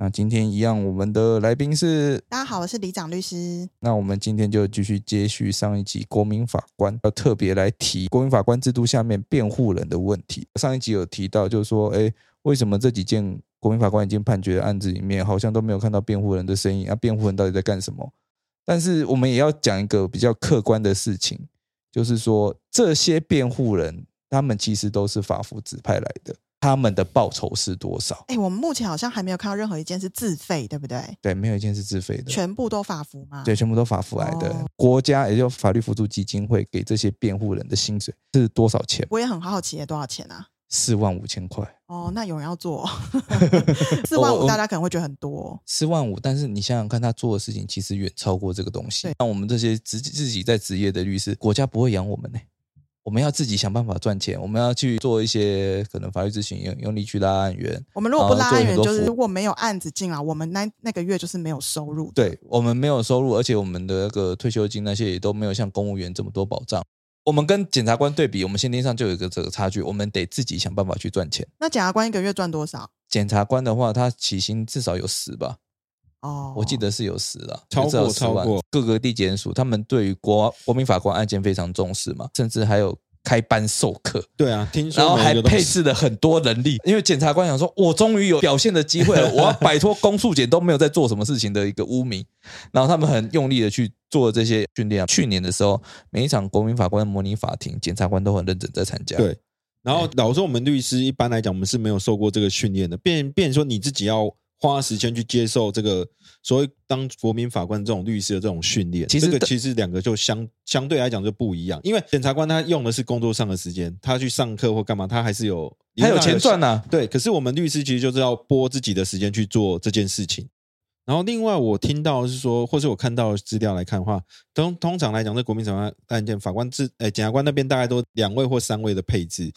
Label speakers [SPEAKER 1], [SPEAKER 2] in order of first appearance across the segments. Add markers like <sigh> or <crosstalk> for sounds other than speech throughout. [SPEAKER 1] 那今天一样，我们的来宾是
[SPEAKER 2] 大家好，我是李长律师。
[SPEAKER 1] 那我们今天就继续接续上一集国民法官，要特别来提国民法官制度下面辩护人的问题。上一集有提到，就是说，哎，为什么这几件国民法官已经判决的案子里面，好像都没有看到辩护人的身影？那、啊、辩护人到底在干什么？但是我们也要讲一个比较客观的事情，就是说，这些辩护人他们其实都是法服指派来的，他们的报酬是多少？
[SPEAKER 2] 哎、我们目前好像还没有看到任何一件是自费，对不对？
[SPEAKER 1] 对，没有一件是自费的，
[SPEAKER 2] 全部都法服嘛？
[SPEAKER 1] 对，，全部都法服来的。
[SPEAKER 2] 哦
[SPEAKER 1] 国家也就法律辅助基金会给这些辩护人的薪水是多少钱？
[SPEAKER 2] 我也很好奇，多少钱啊？
[SPEAKER 1] 四万五千块，
[SPEAKER 2] 哦，那有人要做
[SPEAKER 1] <laughs>
[SPEAKER 2] 四万
[SPEAKER 1] 我
[SPEAKER 2] 五，大家可能会觉得很多。
[SPEAKER 1] 四万五。但是你想想看，他做的事情其实远超过这个东西
[SPEAKER 2] 对。
[SPEAKER 1] 那我们这些自己自己在职业的律师，国家不会养我们呢、我们要自己想办法赚钱，我们要去做一些可能法律咨询，用用力去拉案源。
[SPEAKER 2] 我们如果不
[SPEAKER 1] 然
[SPEAKER 2] 拉
[SPEAKER 1] 后啊
[SPEAKER 2] 案
[SPEAKER 1] 做很
[SPEAKER 2] 源，
[SPEAKER 1] 多
[SPEAKER 2] 就是
[SPEAKER 1] 服务
[SPEAKER 2] 如果没有案子进来，我们那那个月就是没有收入。，
[SPEAKER 1] 对我们没有收入，而且我们的那个退休金那些也都没有像公务员这么多保障。我们跟检察官对比，我们先天上就有一个这个差距，我们得自己想办法去赚钱。
[SPEAKER 2] 那检察官一个月赚多少？
[SPEAKER 1] 检察官的话，他起薪至少有十吧，
[SPEAKER 2] 哦，
[SPEAKER 1] 我记得是有十了，
[SPEAKER 3] 超过
[SPEAKER 1] 至少有10万
[SPEAKER 3] 超过
[SPEAKER 1] 各个地检署，他们对于国国民法官案件非常重视嘛，甚至还有开班授课，
[SPEAKER 3] 对啊，听说
[SPEAKER 1] 然后还
[SPEAKER 3] 每个都
[SPEAKER 1] 配置了很多人力，因为检察官想说，我终于有表现的机会
[SPEAKER 3] <laughs>
[SPEAKER 1] 了，我要摆脱公诉检都没有在做什么事情的一个污名。然后他们很用力的去做这些训练啊。去年的时候，每一场国民法官模拟法庭，检察官都很认真在参加。
[SPEAKER 3] 对然后老实说，我们律师一般来讲，我们是没有受过这个训练的，变变成说你自己要花时间去接受这个所谓当国民法官这种律师的这种训练。
[SPEAKER 1] 其实
[SPEAKER 3] 这个
[SPEAKER 1] 的
[SPEAKER 3] 其实两个就相相对来讲就不一样，因为检察官他用的是工作上的时间，他去上课或干嘛，他还是有
[SPEAKER 1] 还有钱赚。呐、啊
[SPEAKER 3] 对，可是我们律师其实就是要拨自己的时间去做这件事情。然后，另外我听到是说，或是我看到的资料来看的话，通通常来讲，这国民法官案件，法官制，呃，检察官那边大概都两位或三位的配置。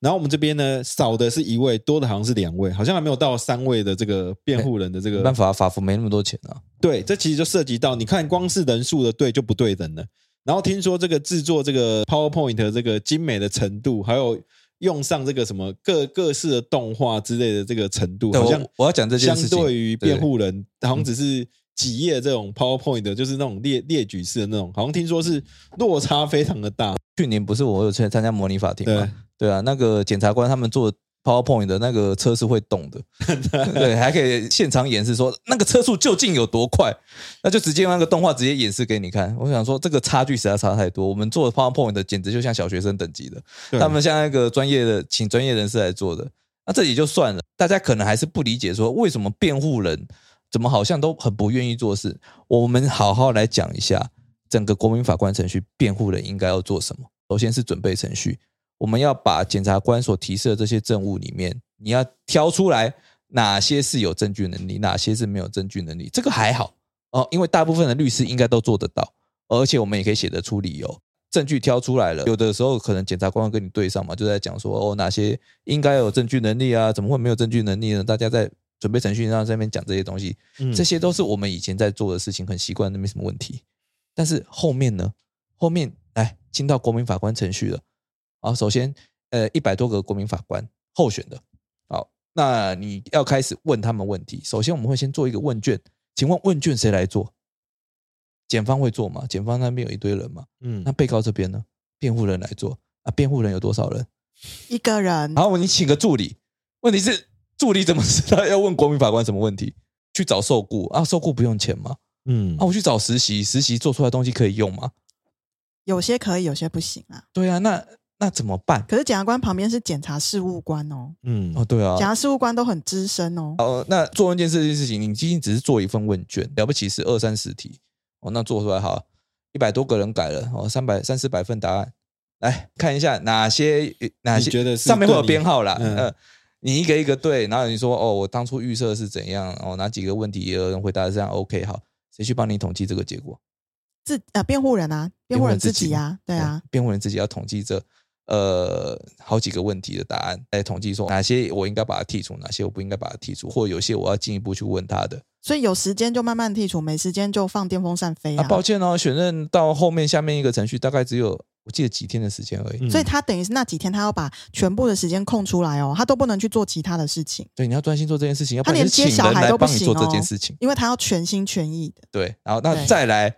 [SPEAKER 3] 然后我们这边呢，少的是一位，多的好像是两位，好像还没有到三位的这个辩护人的这
[SPEAKER 1] 没
[SPEAKER 3] 个
[SPEAKER 1] 办法，法服没那么多钱啊。
[SPEAKER 3] 对，这其实就涉及到你看，光是人数的对就不对等了。然后听说这个制作这个 PowerPoint 的这个精美的程度，还有用上这个什么各各式的动画之类的这个程度，
[SPEAKER 1] 对，
[SPEAKER 3] 好
[SPEAKER 1] 我
[SPEAKER 3] 像
[SPEAKER 1] 我要讲这件
[SPEAKER 3] 相
[SPEAKER 1] 事情。
[SPEAKER 3] 对于辩
[SPEAKER 1] 对
[SPEAKER 3] 护人，好像只是几页这种 PowerPoint 的，就是那种列列举式的那种，好像听说是落差非常的大。
[SPEAKER 1] 去年不是我有去参加模拟法庭
[SPEAKER 3] 对
[SPEAKER 1] 吗？对啊，那个检察官他们做 PowerPoint 的那个车是会动的，对，还可以现场演示说那个车速究竟有多快，那就直接用那个动画直接演示给你看。我想说这个差距实在差太多，我们做 PowerPoint 的简直就像小学生等级的，
[SPEAKER 3] 对
[SPEAKER 1] 他们像那个专业的请专业人士来做的，那这也就算了。大家可能还是不理解说为什么辩护人怎么好像都很不愿意做事。我们好好来讲一下整个国民法官程序，辩护人应该要做什么。首先是准备程序，我们要把检察官所提示的这些证物里面，你要挑出来哪些是有证据能力，哪些是没有证据能力。这个还好哦，因为大部分的律师应该都做得到，而且我们也可以写得出理由。证据挑出来了，有的时候可能检察官会跟你对上嘛，就在讲说哦哪些应该有证据能力啊，怎么会没有证据能力呢？大家在准备程序上上面讲这些东西，
[SPEAKER 3] 嗯
[SPEAKER 1] 这些都是我们以前在做的事情，很习惯，那没什么问题。但是后面呢？后面来进到国民法官程序了啊。首先，呃，一百多个国民法官候选的，好，那你要开始问他们问题。首先，我们会先做一个问卷，请问问卷谁来做？检方会做吗？检方那边有一堆人嘛？
[SPEAKER 3] 嗯
[SPEAKER 1] 那，被告这边呢？辩护人来做啊？辩护人有多少人？
[SPEAKER 2] 一个人
[SPEAKER 1] 然后你请个助理，问题是助理怎么知道要问国民法官什么问题？去找受雇啊？受雇不用钱吗？
[SPEAKER 3] 嗯
[SPEAKER 1] 啊，我去找实习，实习做出来的东西可以用吗？
[SPEAKER 2] 有些可以，有些不行啊。
[SPEAKER 1] 对啊，那那怎么办？
[SPEAKER 2] 可是检察官旁边是检察事务官哦，
[SPEAKER 3] 嗯
[SPEAKER 1] 哦，对啊
[SPEAKER 2] 检，察事务官都很资深哦。
[SPEAKER 1] 哦，那做问卷这件事情，你仅仅只是做一份问卷，了不起是二三十题哦，那做出来好，一百多个人改了哦，三百三四百份答案，来看一下哪些哪些
[SPEAKER 3] 你觉得是
[SPEAKER 1] 上面会有
[SPEAKER 3] 对你
[SPEAKER 1] 编号啦，
[SPEAKER 3] 嗯
[SPEAKER 1] 呃，你一个一个对，然后你说哦，我当初预测是怎样，哦，哪几个问题有人回答是这样，OK，好，谁去帮你统计这个结果？
[SPEAKER 2] 自呃辩护人啊，辩护人自己啊，对啊，，
[SPEAKER 1] 辩护人自己要统计这呃好几个问题的答案，来统计说哪些我应该把它剔除，哪些我不应该把它剔除，或有些我要进一步去问他的。
[SPEAKER 2] 所以有时间就慢慢剔除，没时间就放电风扇飞
[SPEAKER 1] 啊，
[SPEAKER 2] 啊。
[SPEAKER 1] 抱歉哦，选任到后面下面一个程序大概只有我记得几天的时间而已。
[SPEAKER 3] 嗯
[SPEAKER 2] 所以他等于是那几天，他要把全部的时间空出来哦，他都不能去做其他的事情，
[SPEAKER 1] 对，你要专心做这件事情，要不
[SPEAKER 2] 他
[SPEAKER 1] 然
[SPEAKER 2] 连
[SPEAKER 1] 你
[SPEAKER 2] 接
[SPEAKER 1] 请
[SPEAKER 2] 小
[SPEAKER 1] 人
[SPEAKER 2] 孩
[SPEAKER 1] 来
[SPEAKER 2] 都不
[SPEAKER 1] 帮你
[SPEAKER 2] 行
[SPEAKER 1] 做这
[SPEAKER 2] 哦
[SPEAKER 1] 件事情。
[SPEAKER 2] 因为他要全心全意的。
[SPEAKER 1] 对，然后那
[SPEAKER 2] 对
[SPEAKER 1] 再来，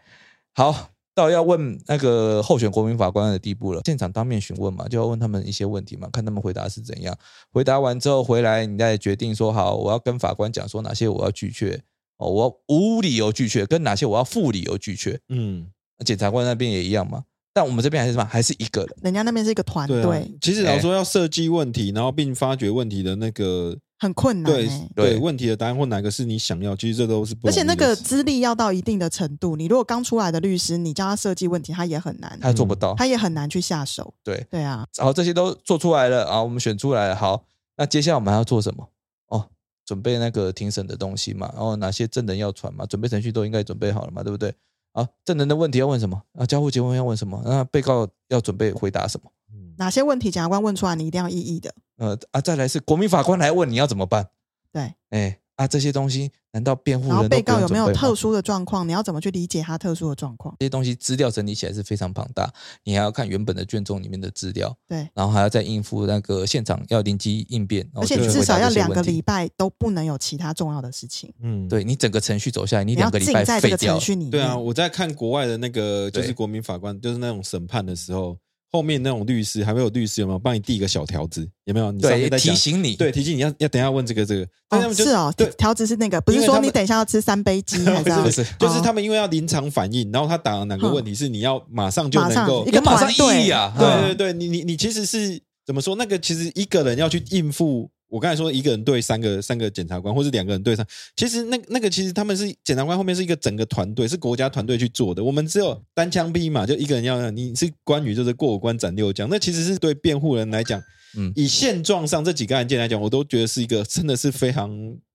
[SPEAKER 1] 好，到要问那个候选国民法官的地步了，现场当面询问嘛，就要问他们一些问题嘛，看他们回答是怎样。回答完之后回来，你再决定说好，我要跟法官讲说哪些我要拒绝，哦，我要无理由拒绝，跟哪些我要负理由拒绝。
[SPEAKER 3] 嗯，
[SPEAKER 1] 检察官那边也一样嘛，但我们这边还是什么，还是一个人。
[SPEAKER 2] 人家那边是一个团
[SPEAKER 3] 对啊
[SPEAKER 2] 队，
[SPEAKER 3] 其实老实说要设计问题，然后并发掘问题的那个
[SPEAKER 2] 很困难、
[SPEAKER 3] 对
[SPEAKER 2] 欸。
[SPEAKER 1] 对
[SPEAKER 3] 对问题的答案或哪个是你想要，其实这都是不
[SPEAKER 2] 而
[SPEAKER 3] 容易
[SPEAKER 2] 且
[SPEAKER 3] 的事。
[SPEAKER 2] 那个资历要到一定的程度，你如果刚出来的律师，你教他设计问题，他也很难，
[SPEAKER 1] 他做不到，
[SPEAKER 2] 他也很难去下手。
[SPEAKER 1] 对
[SPEAKER 2] 对啊，
[SPEAKER 1] 然后这些都做出来了啊，我们选出来了。好，那接下来我们还要做什么？哦，准备那个庭审的东西嘛，然后哪些证人要传嘛，准备程序都应该准备好了嘛，对不对？啊，证人的问题要问什么？啊，交互结婚要问什么？那被告要准备回答什么？
[SPEAKER 3] 嗯
[SPEAKER 2] 哪些问题检察官问出来，你一定要异议的。
[SPEAKER 1] 呃啊，再来是国民法官来问你要怎么办？
[SPEAKER 2] 对，
[SPEAKER 1] 哎啊，这些东西难道辩护
[SPEAKER 2] 然后
[SPEAKER 1] 人都
[SPEAKER 2] 被
[SPEAKER 1] 不用
[SPEAKER 2] 告有没有
[SPEAKER 1] 准备吗
[SPEAKER 2] 特殊的状况，你要怎么去理解他特殊的状况？
[SPEAKER 1] 这些东西资料整理起来是非常庞大，你还要看原本的卷宗里面的资料，
[SPEAKER 2] 对，
[SPEAKER 1] 然后还要再应付那个现场要临机应变，然后
[SPEAKER 2] 而且
[SPEAKER 1] 哦就去
[SPEAKER 2] 你至
[SPEAKER 1] 回答
[SPEAKER 2] 少要
[SPEAKER 1] 这些
[SPEAKER 2] 两个
[SPEAKER 1] 问题
[SPEAKER 2] 礼拜都不能有其他重要的事情，
[SPEAKER 3] 嗯，
[SPEAKER 1] 对你整个程序走下来，你
[SPEAKER 2] 你要
[SPEAKER 1] 两个礼
[SPEAKER 2] 浸
[SPEAKER 1] 拜
[SPEAKER 2] 在这
[SPEAKER 1] 废
[SPEAKER 2] 个
[SPEAKER 1] 掉
[SPEAKER 2] 程
[SPEAKER 1] 了。
[SPEAKER 2] 序里面。
[SPEAKER 3] 对啊，我在看国外的那个就
[SPEAKER 1] 对
[SPEAKER 3] 是国民法官，就是那种审判的时候，后面那种律师还会有律师有没有帮你递一个小条子？有没有？你上
[SPEAKER 1] 对，
[SPEAKER 3] 面在
[SPEAKER 1] 提
[SPEAKER 3] 讲，
[SPEAKER 1] 醒你，
[SPEAKER 3] 对，提醒你要要等一下问这个这个，但他
[SPEAKER 2] 哦，
[SPEAKER 3] 们就是
[SPEAKER 2] 哦
[SPEAKER 3] 对，
[SPEAKER 2] 条子是那个，不
[SPEAKER 3] 因
[SPEAKER 2] 是
[SPEAKER 3] 为
[SPEAKER 2] 说
[SPEAKER 3] 他们
[SPEAKER 2] 你等一下要吃三杯鸡，还是要
[SPEAKER 1] 不是
[SPEAKER 3] <laughs> 就是他们因为要临场反应，然后他打了哪个问题是你要马上就
[SPEAKER 2] 马上
[SPEAKER 3] 能够
[SPEAKER 2] 一，
[SPEAKER 1] 有
[SPEAKER 2] 个
[SPEAKER 1] 马上
[SPEAKER 2] 团队
[SPEAKER 1] 异议啊，
[SPEAKER 3] 对
[SPEAKER 1] 嗯
[SPEAKER 3] 对对，你你你其实是怎么说？那个其实一个人要去应付，我刚才说一个人对三个三个检察官，或是两个人对三，其实那那个其实他们是检察官后面是一个整个团队，是国家团队去做的。我们只有单枪匹马，就一个人要你是关于就是过五关斩六将，那其实是对辩护人来讲，
[SPEAKER 1] 嗯
[SPEAKER 3] 以现状上这几个案件来讲，我都觉得是一个真的是非常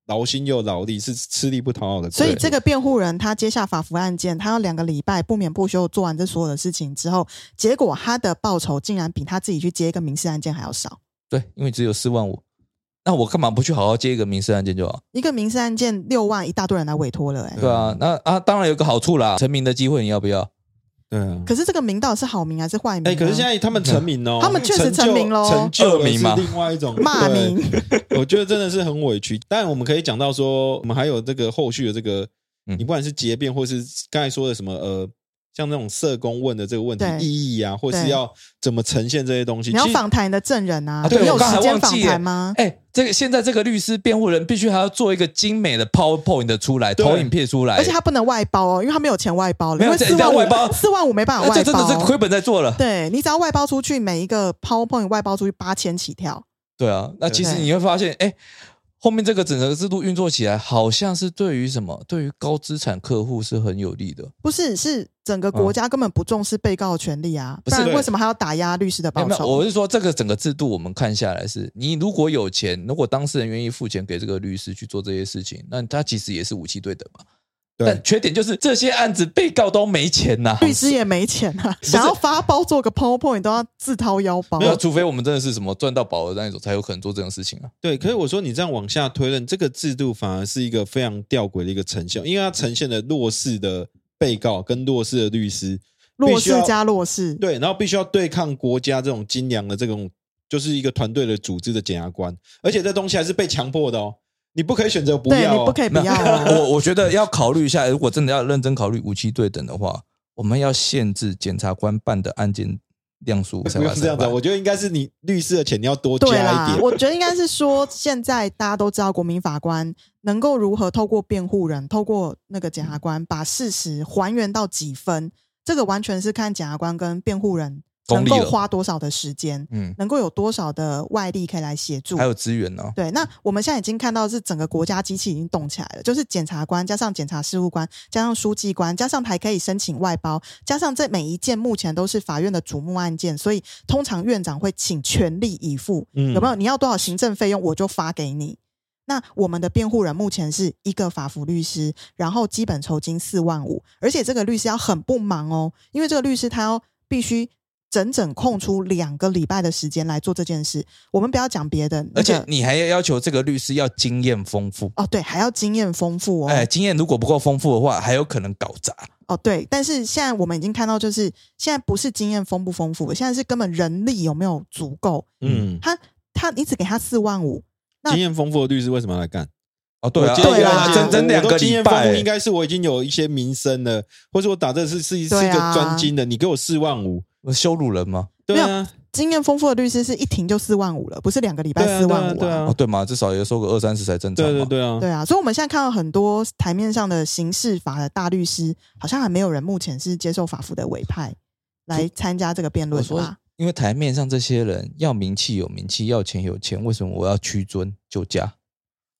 [SPEAKER 3] 劳心又劳力，是吃力不讨好的工作。
[SPEAKER 2] 所以这个辩护人他接下法服案件，他要两个礼拜不眠不休做完这所有的事情之后，结果他的报酬竟然比他自己去接一个民事案件还要少。
[SPEAKER 1] 对，因为只有四万五，那我干嘛不去好好接一个民事案件就好？
[SPEAKER 2] 一个民事案件六万，一大堆人来委托了、欸，
[SPEAKER 3] 对
[SPEAKER 1] 对啊，那啊，当然有个好处啦，成名的机会你要不要？
[SPEAKER 3] 对啊。
[SPEAKER 2] 可是这个名到底是好名还是坏名呢？啊
[SPEAKER 3] 哎、可是现在他们成名哦，
[SPEAKER 2] 嗯他们确实
[SPEAKER 3] 成就
[SPEAKER 2] 成名咯
[SPEAKER 3] 成就
[SPEAKER 1] 恶
[SPEAKER 3] 了
[SPEAKER 1] 名
[SPEAKER 3] 是
[SPEAKER 1] 嘛
[SPEAKER 3] 另外一种
[SPEAKER 2] 骂
[SPEAKER 3] 对
[SPEAKER 2] 名，
[SPEAKER 3] 我觉得真的是很委屈。但我们可以讲到说，我们还有这个后续的这个，
[SPEAKER 1] 嗯
[SPEAKER 3] 你不管是结辩或是刚才说的什么呃，像那种社工问的这个问题
[SPEAKER 2] 对
[SPEAKER 3] 意义啊，或是
[SPEAKER 2] 对
[SPEAKER 3] 要怎么呈现这些东西，
[SPEAKER 2] 你要
[SPEAKER 3] 其实
[SPEAKER 2] 访谈你的证人啊，
[SPEAKER 1] 啊对
[SPEAKER 2] 你
[SPEAKER 1] 我
[SPEAKER 2] 有
[SPEAKER 1] 刚才
[SPEAKER 2] 时间
[SPEAKER 1] 忘
[SPEAKER 2] 访
[SPEAKER 1] 记耶
[SPEAKER 2] 谈吗？
[SPEAKER 1] 哎，这个现在这个律师辩护人必须还要做一个精美的 PowerPoint 的出来，
[SPEAKER 3] 对
[SPEAKER 1] 投影片出来，
[SPEAKER 2] 而且他不能外包哦，因为他没有钱外包了，
[SPEAKER 1] 哎没
[SPEAKER 2] 因
[SPEAKER 1] 有
[SPEAKER 2] 为
[SPEAKER 1] 这
[SPEAKER 2] 四万
[SPEAKER 1] 这样外包
[SPEAKER 2] 五，四万五没办法
[SPEAKER 1] 那
[SPEAKER 2] 外
[SPEAKER 1] 哎这真的是
[SPEAKER 2] 包。哦啊
[SPEAKER 1] 亏本在做了。
[SPEAKER 2] 对你只要外包出去，每一个 PowerPoint 外包出去八千起跳，
[SPEAKER 1] 对啊，那其实
[SPEAKER 2] 对
[SPEAKER 1] 你会发现，哎，后面这个整个制度运作起来，好像是对于什么，对于高资产客户是很有利的。
[SPEAKER 2] 不是是整个国家根本不重视被告的权利啊，
[SPEAKER 1] 不
[SPEAKER 2] 不
[SPEAKER 1] 是
[SPEAKER 2] 然
[SPEAKER 3] 对
[SPEAKER 2] 为什么还要打压律师的
[SPEAKER 1] 没有
[SPEAKER 2] 报
[SPEAKER 1] 没有，我
[SPEAKER 2] 酬？
[SPEAKER 1] 是说这个整个制度，我们看下来是，你如果有钱，如果当事人愿意付钱给这个律师去做这些事情，那他其实也是武器对等嘛。但
[SPEAKER 3] 对
[SPEAKER 1] 缺点就是这些案子被告都没钱呐、
[SPEAKER 2] 律师也没钱啊，想要发包做个 PowerPoint 都要自掏腰包
[SPEAKER 1] 没。有，除非我们真的是什么赚到宝的那一种，才有可能做这种事情
[SPEAKER 2] <laughs>
[SPEAKER 1] 啊。
[SPEAKER 3] 对。可是我说你这样往下推论，这个制度反而是一个非常吊诡的一个呈现，因为它呈现了弱势的被告跟弱势的律师，
[SPEAKER 2] 弱
[SPEAKER 3] 必须要
[SPEAKER 2] 势加弱势，
[SPEAKER 3] 对，然后必须要对抗国家这种精良的这种，就是一个团队的组织的检察官，而且这东西还是被强迫的哦，你不可以选择不
[SPEAKER 2] 对
[SPEAKER 3] 要、哦，
[SPEAKER 2] 你不可以不要啊。
[SPEAKER 1] <laughs> 我我觉得要考虑一下，如果真的要认真考虑武器对等的话，我们要限制检察官办的案件量数。
[SPEAKER 3] 不用这样子啊，我觉得应该是你律师的钱你要多加
[SPEAKER 2] 对
[SPEAKER 3] 一
[SPEAKER 2] 啦，
[SPEAKER 3] 点。
[SPEAKER 2] 我觉得应该是说，现在大家都知道国民法官能够如何透过辩护人、透过那个检察官把事实还原到几分，这个完全是看检察官跟辩护人
[SPEAKER 1] 功
[SPEAKER 2] 能
[SPEAKER 1] 力
[SPEAKER 2] 够
[SPEAKER 1] 了
[SPEAKER 2] 花多少的时间，
[SPEAKER 1] 嗯，
[SPEAKER 2] 能够有多少的外力可以来协助
[SPEAKER 1] 还。有资源呢、
[SPEAKER 2] 对，那我们现在已经看到是整个国家机器已经动起来了，就是检察官加上检察事务官加上书记官，加上还可以申请外包，加上这每一件目前都是法院的瞩目案件，所以通常院长会请全力以赴，
[SPEAKER 3] 嗯
[SPEAKER 2] 有没有？你要多少行政费用我就发给你。那我们的辩护人目前是一个法服律师，然后基本酬金四万五，而且这个律师要很不忙哦，因为这个律师他要必须整整空出两个礼拜的时间来做这件事。我们不要讲别的，那
[SPEAKER 1] 而
[SPEAKER 2] 个
[SPEAKER 1] 且你还要要求这个律师要经验丰富。
[SPEAKER 2] 哦，对，还要经验丰富哦。
[SPEAKER 1] 哎，经验如果不够丰富的话，还有可能搞砸。
[SPEAKER 2] 哦，对，但是现在我们已经看到，就是现在不是经验丰不丰富，现在是根本人力有没有足够。
[SPEAKER 3] 嗯，
[SPEAKER 2] 他他你只给他四万五，那
[SPEAKER 3] 经验丰富的律师为什么要来干？
[SPEAKER 1] 哦，对啊，
[SPEAKER 3] 我今天
[SPEAKER 2] 对啦
[SPEAKER 3] 有一些
[SPEAKER 1] 整整两
[SPEAKER 3] 我
[SPEAKER 1] 个
[SPEAKER 3] 都经
[SPEAKER 1] 礼
[SPEAKER 3] 验丰
[SPEAKER 1] 拜
[SPEAKER 3] 富，应该是我已经有一些名声了，或者我打这是是是一
[SPEAKER 2] 对
[SPEAKER 3] 个
[SPEAKER 2] 啊
[SPEAKER 3] 专精的，你给我四万五，
[SPEAKER 1] 我羞辱人吗？
[SPEAKER 3] 对
[SPEAKER 2] 没
[SPEAKER 3] 啊，
[SPEAKER 2] 经验丰富的律师是一停就四万五了，不是两个礼拜
[SPEAKER 3] 对啊，
[SPEAKER 2] 四
[SPEAKER 3] 对
[SPEAKER 2] 万
[SPEAKER 3] 啊，
[SPEAKER 2] 五
[SPEAKER 3] 对
[SPEAKER 1] 哦，
[SPEAKER 3] 啊，
[SPEAKER 1] 对嘛，至少也收个二三十才正常
[SPEAKER 3] 对
[SPEAKER 1] 嘛。
[SPEAKER 3] 对对啊，
[SPEAKER 2] 对啊，所以我们现在看到很多台面上的刑事法的大律师，好像还没有人目前是接受法服的委派来参加这个辩
[SPEAKER 1] 我
[SPEAKER 2] 论的
[SPEAKER 1] 说
[SPEAKER 2] 吧？，
[SPEAKER 1] 因为台面上这些人要名气有名气，要钱有钱，为什么我要屈尊就价？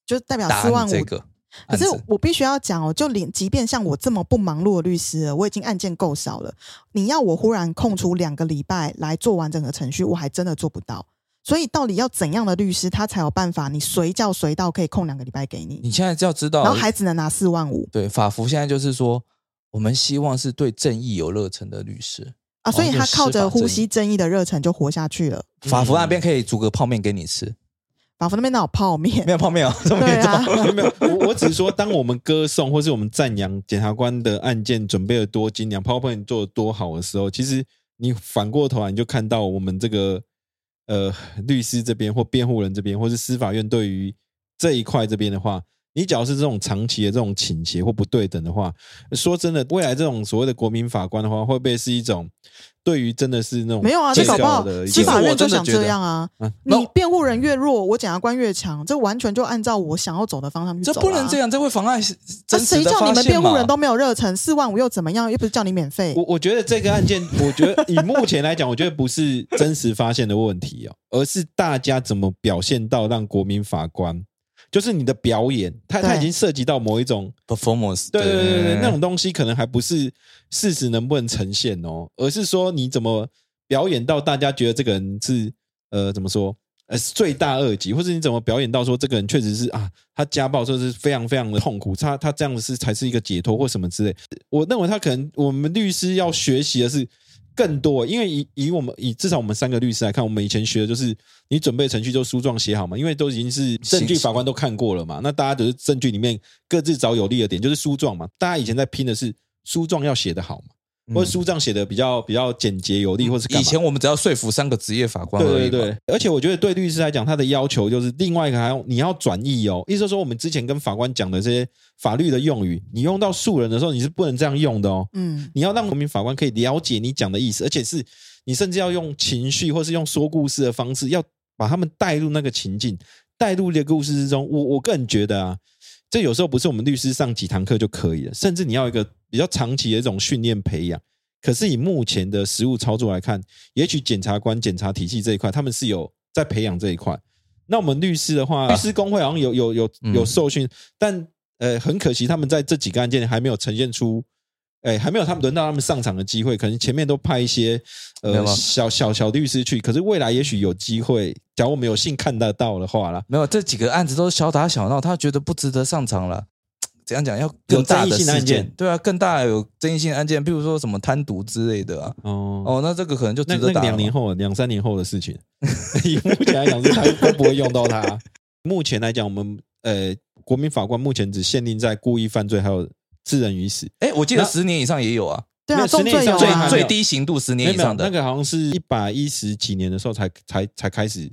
[SPEAKER 2] 就代表
[SPEAKER 1] 答
[SPEAKER 2] 啊四万
[SPEAKER 1] 案
[SPEAKER 2] 五。
[SPEAKER 1] 这个，
[SPEAKER 2] 可是
[SPEAKER 1] 案子
[SPEAKER 2] 我必须要讲哦，就连即便像我这么不忙碌的律师了，我已经案件够少了，你要我忽然空出两个礼拜来做完整个程序，我还真的做不到。所以到底要怎样的律师，他才有办法你随叫随到可以空两个礼拜给你，
[SPEAKER 1] 你现在就要知道，
[SPEAKER 2] 然后还只能拿四万五
[SPEAKER 1] 对法服现在就是说，我们希望是对正义有热忱的律师，
[SPEAKER 2] 啊？所以他靠着呼
[SPEAKER 1] 哦这是司法正
[SPEAKER 2] 吸
[SPEAKER 1] 义
[SPEAKER 2] 正义的热忱就活下去了。
[SPEAKER 1] 法服那边可以煮个泡面给你吃，
[SPEAKER 2] 法服那边哪有泡面
[SPEAKER 1] 没？有泡面啊，这么
[SPEAKER 2] 对
[SPEAKER 1] 严重？
[SPEAKER 2] 啊，
[SPEAKER 3] 没有没有，我我只是说，当我们歌颂或是我们赞扬检察官的案件准备的多精良，PowerPoint 做的多好的时候，其实你反过头来你就看到我们这个呃律师这边或辩护人这边，或是司法院对于这一块这边的话，你只要是这种长期的这种倾斜或不对等的话，说真的，未来这种所谓的国民法官的话，会不会是一种对于真的是那
[SPEAKER 2] <laughs>
[SPEAKER 3] 种
[SPEAKER 2] 没有啊，这
[SPEAKER 3] 最
[SPEAKER 2] 搞不
[SPEAKER 3] 高
[SPEAKER 2] 好
[SPEAKER 3] 的一
[SPEAKER 2] 司
[SPEAKER 3] 个
[SPEAKER 2] 法
[SPEAKER 1] 其实我
[SPEAKER 2] 院就
[SPEAKER 1] 真的
[SPEAKER 2] 想
[SPEAKER 1] 觉得
[SPEAKER 2] 这样啊
[SPEAKER 3] 嗯。
[SPEAKER 2] 你辩护人越弱，我检察官越强，这完全就按照我想要走的方向去
[SPEAKER 1] 这
[SPEAKER 2] 走啊。
[SPEAKER 1] 不能这样，这会妨碍
[SPEAKER 2] 那
[SPEAKER 1] 真
[SPEAKER 2] 谁
[SPEAKER 1] 实的
[SPEAKER 2] 叫你
[SPEAKER 1] 发
[SPEAKER 2] 们
[SPEAKER 1] 现
[SPEAKER 2] 辩护
[SPEAKER 1] 嘛
[SPEAKER 2] 人都没有热忱？四万五又怎么样？又不是叫你免费
[SPEAKER 3] 我。我觉得这个案件，我觉得以目前来讲，我觉得不是真实发现的问题哦，而是大家怎么表现到让国民法官，就是你的表演，它它
[SPEAKER 2] 对
[SPEAKER 3] 已经涉及到某一种，
[SPEAKER 1] performance，
[SPEAKER 3] 对对对对对，那种东西可能还不是事实能不能呈现哦，而是说你怎么表演到大家觉得这个人是呃怎么说？呃，是罪大恶极，或者你怎么表演到说这个人确实是啊，他家暴这是非常非常的痛苦，他他这样子是才是一个解脱或什么之类。我认为他可能我们律师要学习的是更多，因为以以我们以至少我们三个律师来看，我们以前学的就是你准备程序就诉状写好嘛，因为都已经是证据
[SPEAKER 1] 行
[SPEAKER 3] 法官都看过了嘛，那大家只是证据里面各自找有利的点，就是诉状嘛。大家以前在拼的是诉状要写得好嘛，
[SPEAKER 1] 嗯
[SPEAKER 3] 或者诉状写的比较比较简洁有力，或是干
[SPEAKER 1] 以
[SPEAKER 3] 嘛
[SPEAKER 1] 前我们只要说服三个职业法官而已
[SPEAKER 3] 对对
[SPEAKER 1] 嘛，
[SPEAKER 3] 对，而且我觉得对律师来讲，他的要求就是另外一个还要你要转译哦，意思是说我们之前跟法官讲的这些法律的用语，你用到素人的时候，你是不能这样用的哦。
[SPEAKER 2] 嗯，
[SPEAKER 3] 你要让国民法官可以了解你讲的意思，而且是你甚至要用情绪或是用说故事的方式，要把他们带入那个情境，带入这个故事之中。我我个人觉得啊，这有时候不是我们律师上几堂课就可以了，甚至你要一个比较长期的一种训练培养。可是以目前的实务操作来看，也许检察官、检察体系这一块，他们是有在培养这一块。那我们律师的话，律师工会好像有有有有
[SPEAKER 1] 嗯
[SPEAKER 3] 受训，但呃，很可惜，他们在这几个案件还没有呈现出，哎、还没有他们轮到他们上场的机会，可能前面都派一些
[SPEAKER 1] 没有
[SPEAKER 3] 呃
[SPEAKER 1] 吗
[SPEAKER 3] 小小小律师去，可是未来也许有机会，假如我们有幸看得到的话啦，
[SPEAKER 1] 没有这几个案子都是小打小闹，他觉得不值得上场了。怎样讲？要更大
[SPEAKER 3] 有争
[SPEAKER 1] 的
[SPEAKER 3] 议性的
[SPEAKER 1] 事
[SPEAKER 3] 案件
[SPEAKER 1] 件，对啊，更大有争议性的案件，比如说什么贪渎之类的啊。
[SPEAKER 3] 哦
[SPEAKER 1] 哦，那这个可能就
[SPEAKER 3] 那
[SPEAKER 1] 值
[SPEAKER 3] 那
[SPEAKER 1] 得
[SPEAKER 3] 个
[SPEAKER 1] 打了嘛。
[SPEAKER 3] 两年后、两三年后的事情， <laughs> 以目前来讲是他都不会用到它。目前来讲，我们呃，国民法官目前只限定在故意犯罪还有致人于死，
[SPEAKER 1] 哎，我记得
[SPEAKER 3] 那
[SPEAKER 1] 十年以上也有啊，
[SPEAKER 2] 对
[SPEAKER 3] 没有
[SPEAKER 2] 啊，重
[SPEAKER 3] 十年
[SPEAKER 2] 罪
[SPEAKER 3] 以
[SPEAKER 2] 有
[SPEAKER 3] 上
[SPEAKER 1] 最
[SPEAKER 3] 对还没
[SPEAKER 2] 啊
[SPEAKER 3] 有，
[SPEAKER 1] 最低刑度十
[SPEAKER 3] 没有
[SPEAKER 1] 年以
[SPEAKER 3] 没有
[SPEAKER 1] 上
[SPEAKER 3] 那
[SPEAKER 1] 的。
[SPEAKER 3] 个好像是一百一十几年的时候才才才开始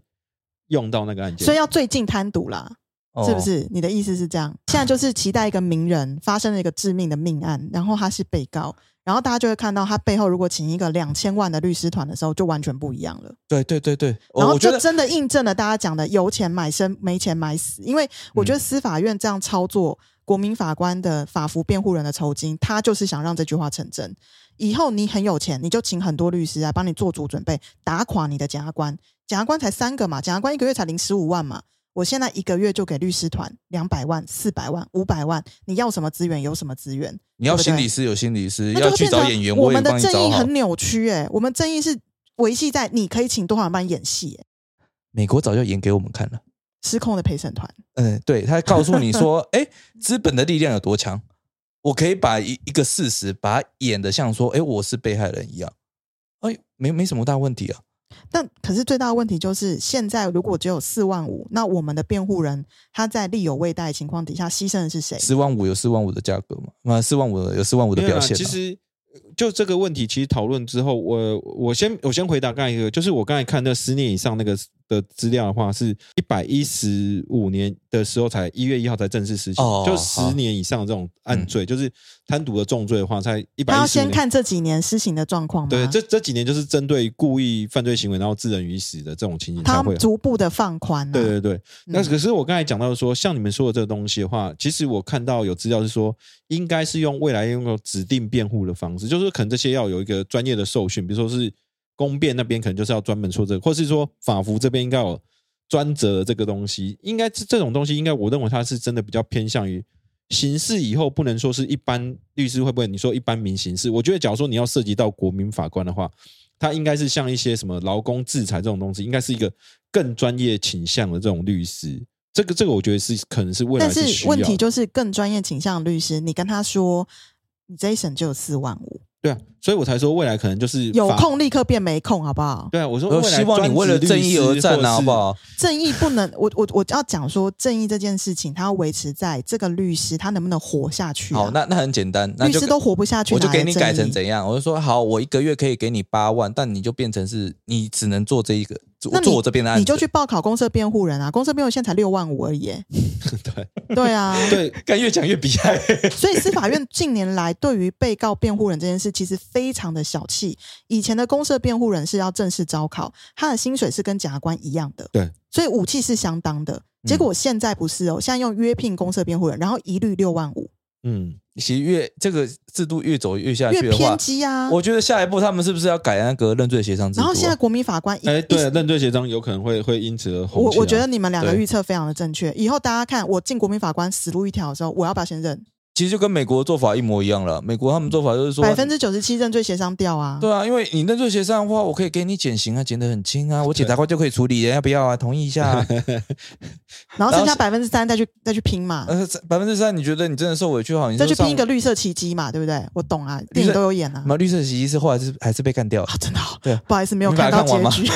[SPEAKER 3] 用到那个案件，
[SPEAKER 2] 所以要最近贪渎啦，
[SPEAKER 1] 哦
[SPEAKER 2] 是不？是？你的意思是这样？现在就是期待一个名人发生了一个致命的命案，然后他是被告，然后大家就会看到他背后如果请一个两千万的律师团的时候，就完全不一样了。
[SPEAKER 1] 对对对对，
[SPEAKER 2] 然
[SPEAKER 1] 哦
[SPEAKER 2] 后
[SPEAKER 1] 我觉
[SPEAKER 2] 就
[SPEAKER 1] 得
[SPEAKER 2] 真的印证了大家讲的有钱买生，没钱买死。因为我
[SPEAKER 1] 嗯
[SPEAKER 2] 觉得司法院这样操作，国民法官的法服辩护人的酬金，他就是想让这句话成真。以后你很有钱，你就请很多律师来帮你做足准备，打垮你的检察官。检察官才三个嘛，检察官一个月才领十五万嘛。我现在一个月就给律师团两百万、四百万、五百万，你要什么资源有什么资源。
[SPEAKER 1] 你要
[SPEAKER 2] 对不对
[SPEAKER 1] 心理师有心理师，
[SPEAKER 2] 那就
[SPEAKER 1] 要
[SPEAKER 2] 会
[SPEAKER 1] 去
[SPEAKER 2] 变
[SPEAKER 1] 找
[SPEAKER 2] 成
[SPEAKER 1] 演员，
[SPEAKER 2] 我
[SPEAKER 1] 也
[SPEAKER 2] 们的
[SPEAKER 1] 帮你
[SPEAKER 2] 正
[SPEAKER 1] 找
[SPEAKER 2] 义
[SPEAKER 1] 好。
[SPEAKER 2] 很扭曲哎、我们正义是维系在你可以请多少人帮你演戏、欸，
[SPEAKER 1] 美国早就演给我们看了，
[SPEAKER 2] 失控的陪审团。
[SPEAKER 1] 嗯，对他告诉你说， <laughs> 哎，资本的力量有多强，我可以把一一个事实把它演的像说，哎，我是被害人一样，哎，没没什么大问题啊。
[SPEAKER 2] 但可是最大的问题就是，现在如果只有四万五，那我们的辩护人他在力有未逮的情况底下牺牲的是谁？
[SPEAKER 1] 四万五有四万五的价格嘛，那四万五有四万五的
[SPEAKER 3] 没有
[SPEAKER 1] 表
[SPEAKER 3] 啦
[SPEAKER 1] 现、啊。
[SPEAKER 3] 其实呃就这个问题，其实讨论之后，我我先我先回答刚才一个，就是我刚才看那十年以上那个的资料的话，是一百一十五年的时候才一月一号才正式实行，
[SPEAKER 1] 哦嗯
[SPEAKER 3] 就十年以上这种案罪，就是贪渎的重罪的话，才一百
[SPEAKER 2] 他要
[SPEAKER 3] 一十
[SPEAKER 2] 先
[SPEAKER 3] 年。
[SPEAKER 2] 看这几年施行的状况吗？
[SPEAKER 3] 对，这这几年就是针对故意犯罪行为，然后致人于死的这种情形才
[SPEAKER 2] 他
[SPEAKER 3] 会有。
[SPEAKER 2] 逐步的放宽、啊。
[SPEAKER 3] 对对对，那
[SPEAKER 2] 嗯
[SPEAKER 3] 可是我刚才讲到说，像你们说的这个东西的话，其实我看到有资料是说，应该是用未来用个指定辩护的方式，就是可能这些要有一个专业的受训，比如说是公辩那边可能就是要专门说这个，或是说法服这边应该有专责的这个东西，应该这这种东西，应该我认为它是真的比较偏向于。刑事以后不能说是一般律师会不会？你说一般民刑事，我觉得假如说你要涉及到国民法官的话，他应该是像一些什么劳工制裁这种东西，应该是一个更专业倾向的这种律师。这个这个，我觉得是可能是未来
[SPEAKER 2] 但
[SPEAKER 3] 需
[SPEAKER 2] 是
[SPEAKER 3] 要
[SPEAKER 2] 问
[SPEAKER 3] 的。
[SPEAKER 2] 题就是，更专业倾向的律师，你跟他说，你这一审就有四万五，
[SPEAKER 3] 对啊，所以我才说未来可能就是
[SPEAKER 2] 有
[SPEAKER 3] 法。
[SPEAKER 2] 空立刻变没空，好不好？
[SPEAKER 3] <laughs> 对啊，我说
[SPEAKER 1] 我
[SPEAKER 3] 未来
[SPEAKER 1] 希望你为了正义而战啊，好不？好？
[SPEAKER 2] 正义不能，我我我要讲说，正义这件事情，它要维持在这个律师他能不能活下去、啊。
[SPEAKER 1] 好，那那很简单，那
[SPEAKER 2] 律
[SPEAKER 1] 就
[SPEAKER 2] 师都活不下去，
[SPEAKER 1] 我就给你
[SPEAKER 2] 哪来
[SPEAKER 1] 改
[SPEAKER 2] 的
[SPEAKER 1] 成
[SPEAKER 2] 正
[SPEAKER 1] 怎
[SPEAKER 2] 义？
[SPEAKER 1] 样？我就说好，我一个月可以给你八万，但你就变成是你只能做这一个，做
[SPEAKER 2] 那你
[SPEAKER 1] 做我这边的案子，
[SPEAKER 2] 你就去报考公社辩护人啊！公社辩护人现在才六万五而已耶，
[SPEAKER 3] 对
[SPEAKER 2] <laughs> 对啊，
[SPEAKER 3] <laughs> 对，
[SPEAKER 1] <laughs> 干越讲越比害。
[SPEAKER 2] 所以司法院近年来对于被告辩护人这件事其实非常的小气。以前的公社辩护人是要正式招考，他的薪水是跟检察官一样的，
[SPEAKER 3] 对，
[SPEAKER 2] 所以武器是相当的。结果现在不是哦，现在用约聘公社辩护人，然后一律六万五，
[SPEAKER 3] <laughs> 嗯，
[SPEAKER 1] 其实越这个制度越走越下去
[SPEAKER 2] 越
[SPEAKER 1] 的话
[SPEAKER 2] 偏，激啊。
[SPEAKER 1] 我觉得下一步他们是不是要改那个认罪协商制度、
[SPEAKER 2] 然
[SPEAKER 1] 啊？
[SPEAKER 2] 后现在国民法官一，
[SPEAKER 3] 哎，
[SPEAKER 2] 一
[SPEAKER 3] 对，认罪协商有可能会会因此而红
[SPEAKER 2] 我
[SPEAKER 3] 起来
[SPEAKER 2] 我觉得你们两个
[SPEAKER 3] 对
[SPEAKER 2] 预测非常的正确。以后大家看我进国民法官死路一条的时候，我要不要先认？
[SPEAKER 1] 其实就跟美国做法一模一样了。美国他们做法就是说，
[SPEAKER 2] 百分之九十七认罪协商掉啊。
[SPEAKER 1] 对啊，因为你认罪协商的话，我可以给你减刑啊，减得很轻啊，我检察官就可以处理，要不要啊？同意一下、
[SPEAKER 2] <laughs>
[SPEAKER 1] 啊。
[SPEAKER 2] 然后剩下
[SPEAKER 1] 然
[SPEAKER 2] 百分之三再去再去拼嘛，
[SPEAKER 1] 呃，百分之三，你觉得你真的受委屈好，你
[SPEAKER 2] 再
[SPEAKER 1] 就
[SPEAKER 2] 去拼
[SPEAKER 1] 上
[SPEAKER 2] 一个 <laughs> 绿色奇迹嘛，对不对？我懂啊，
[SPEAKER 1] 绿
[SPEAKER 2] 电
[SPEAKER 1] 色
[SPEAKER 2] 影都有演啊。
[SPEAKER 1] 那绿色袭击是后来是还是被干掉了
[SPEAKER 2] 啊，，真的、哦，
[SPEAKER 1] 对啊
[SPEAKER 2] 不好意思，没有
[SPEAKER 1] 你把
[SPEAKER 2] 看
[SPEAKER 1] 它
[SPEAKER 2] 到
[SPEAKER 1] 看完
[SPEAKER 2] 结局。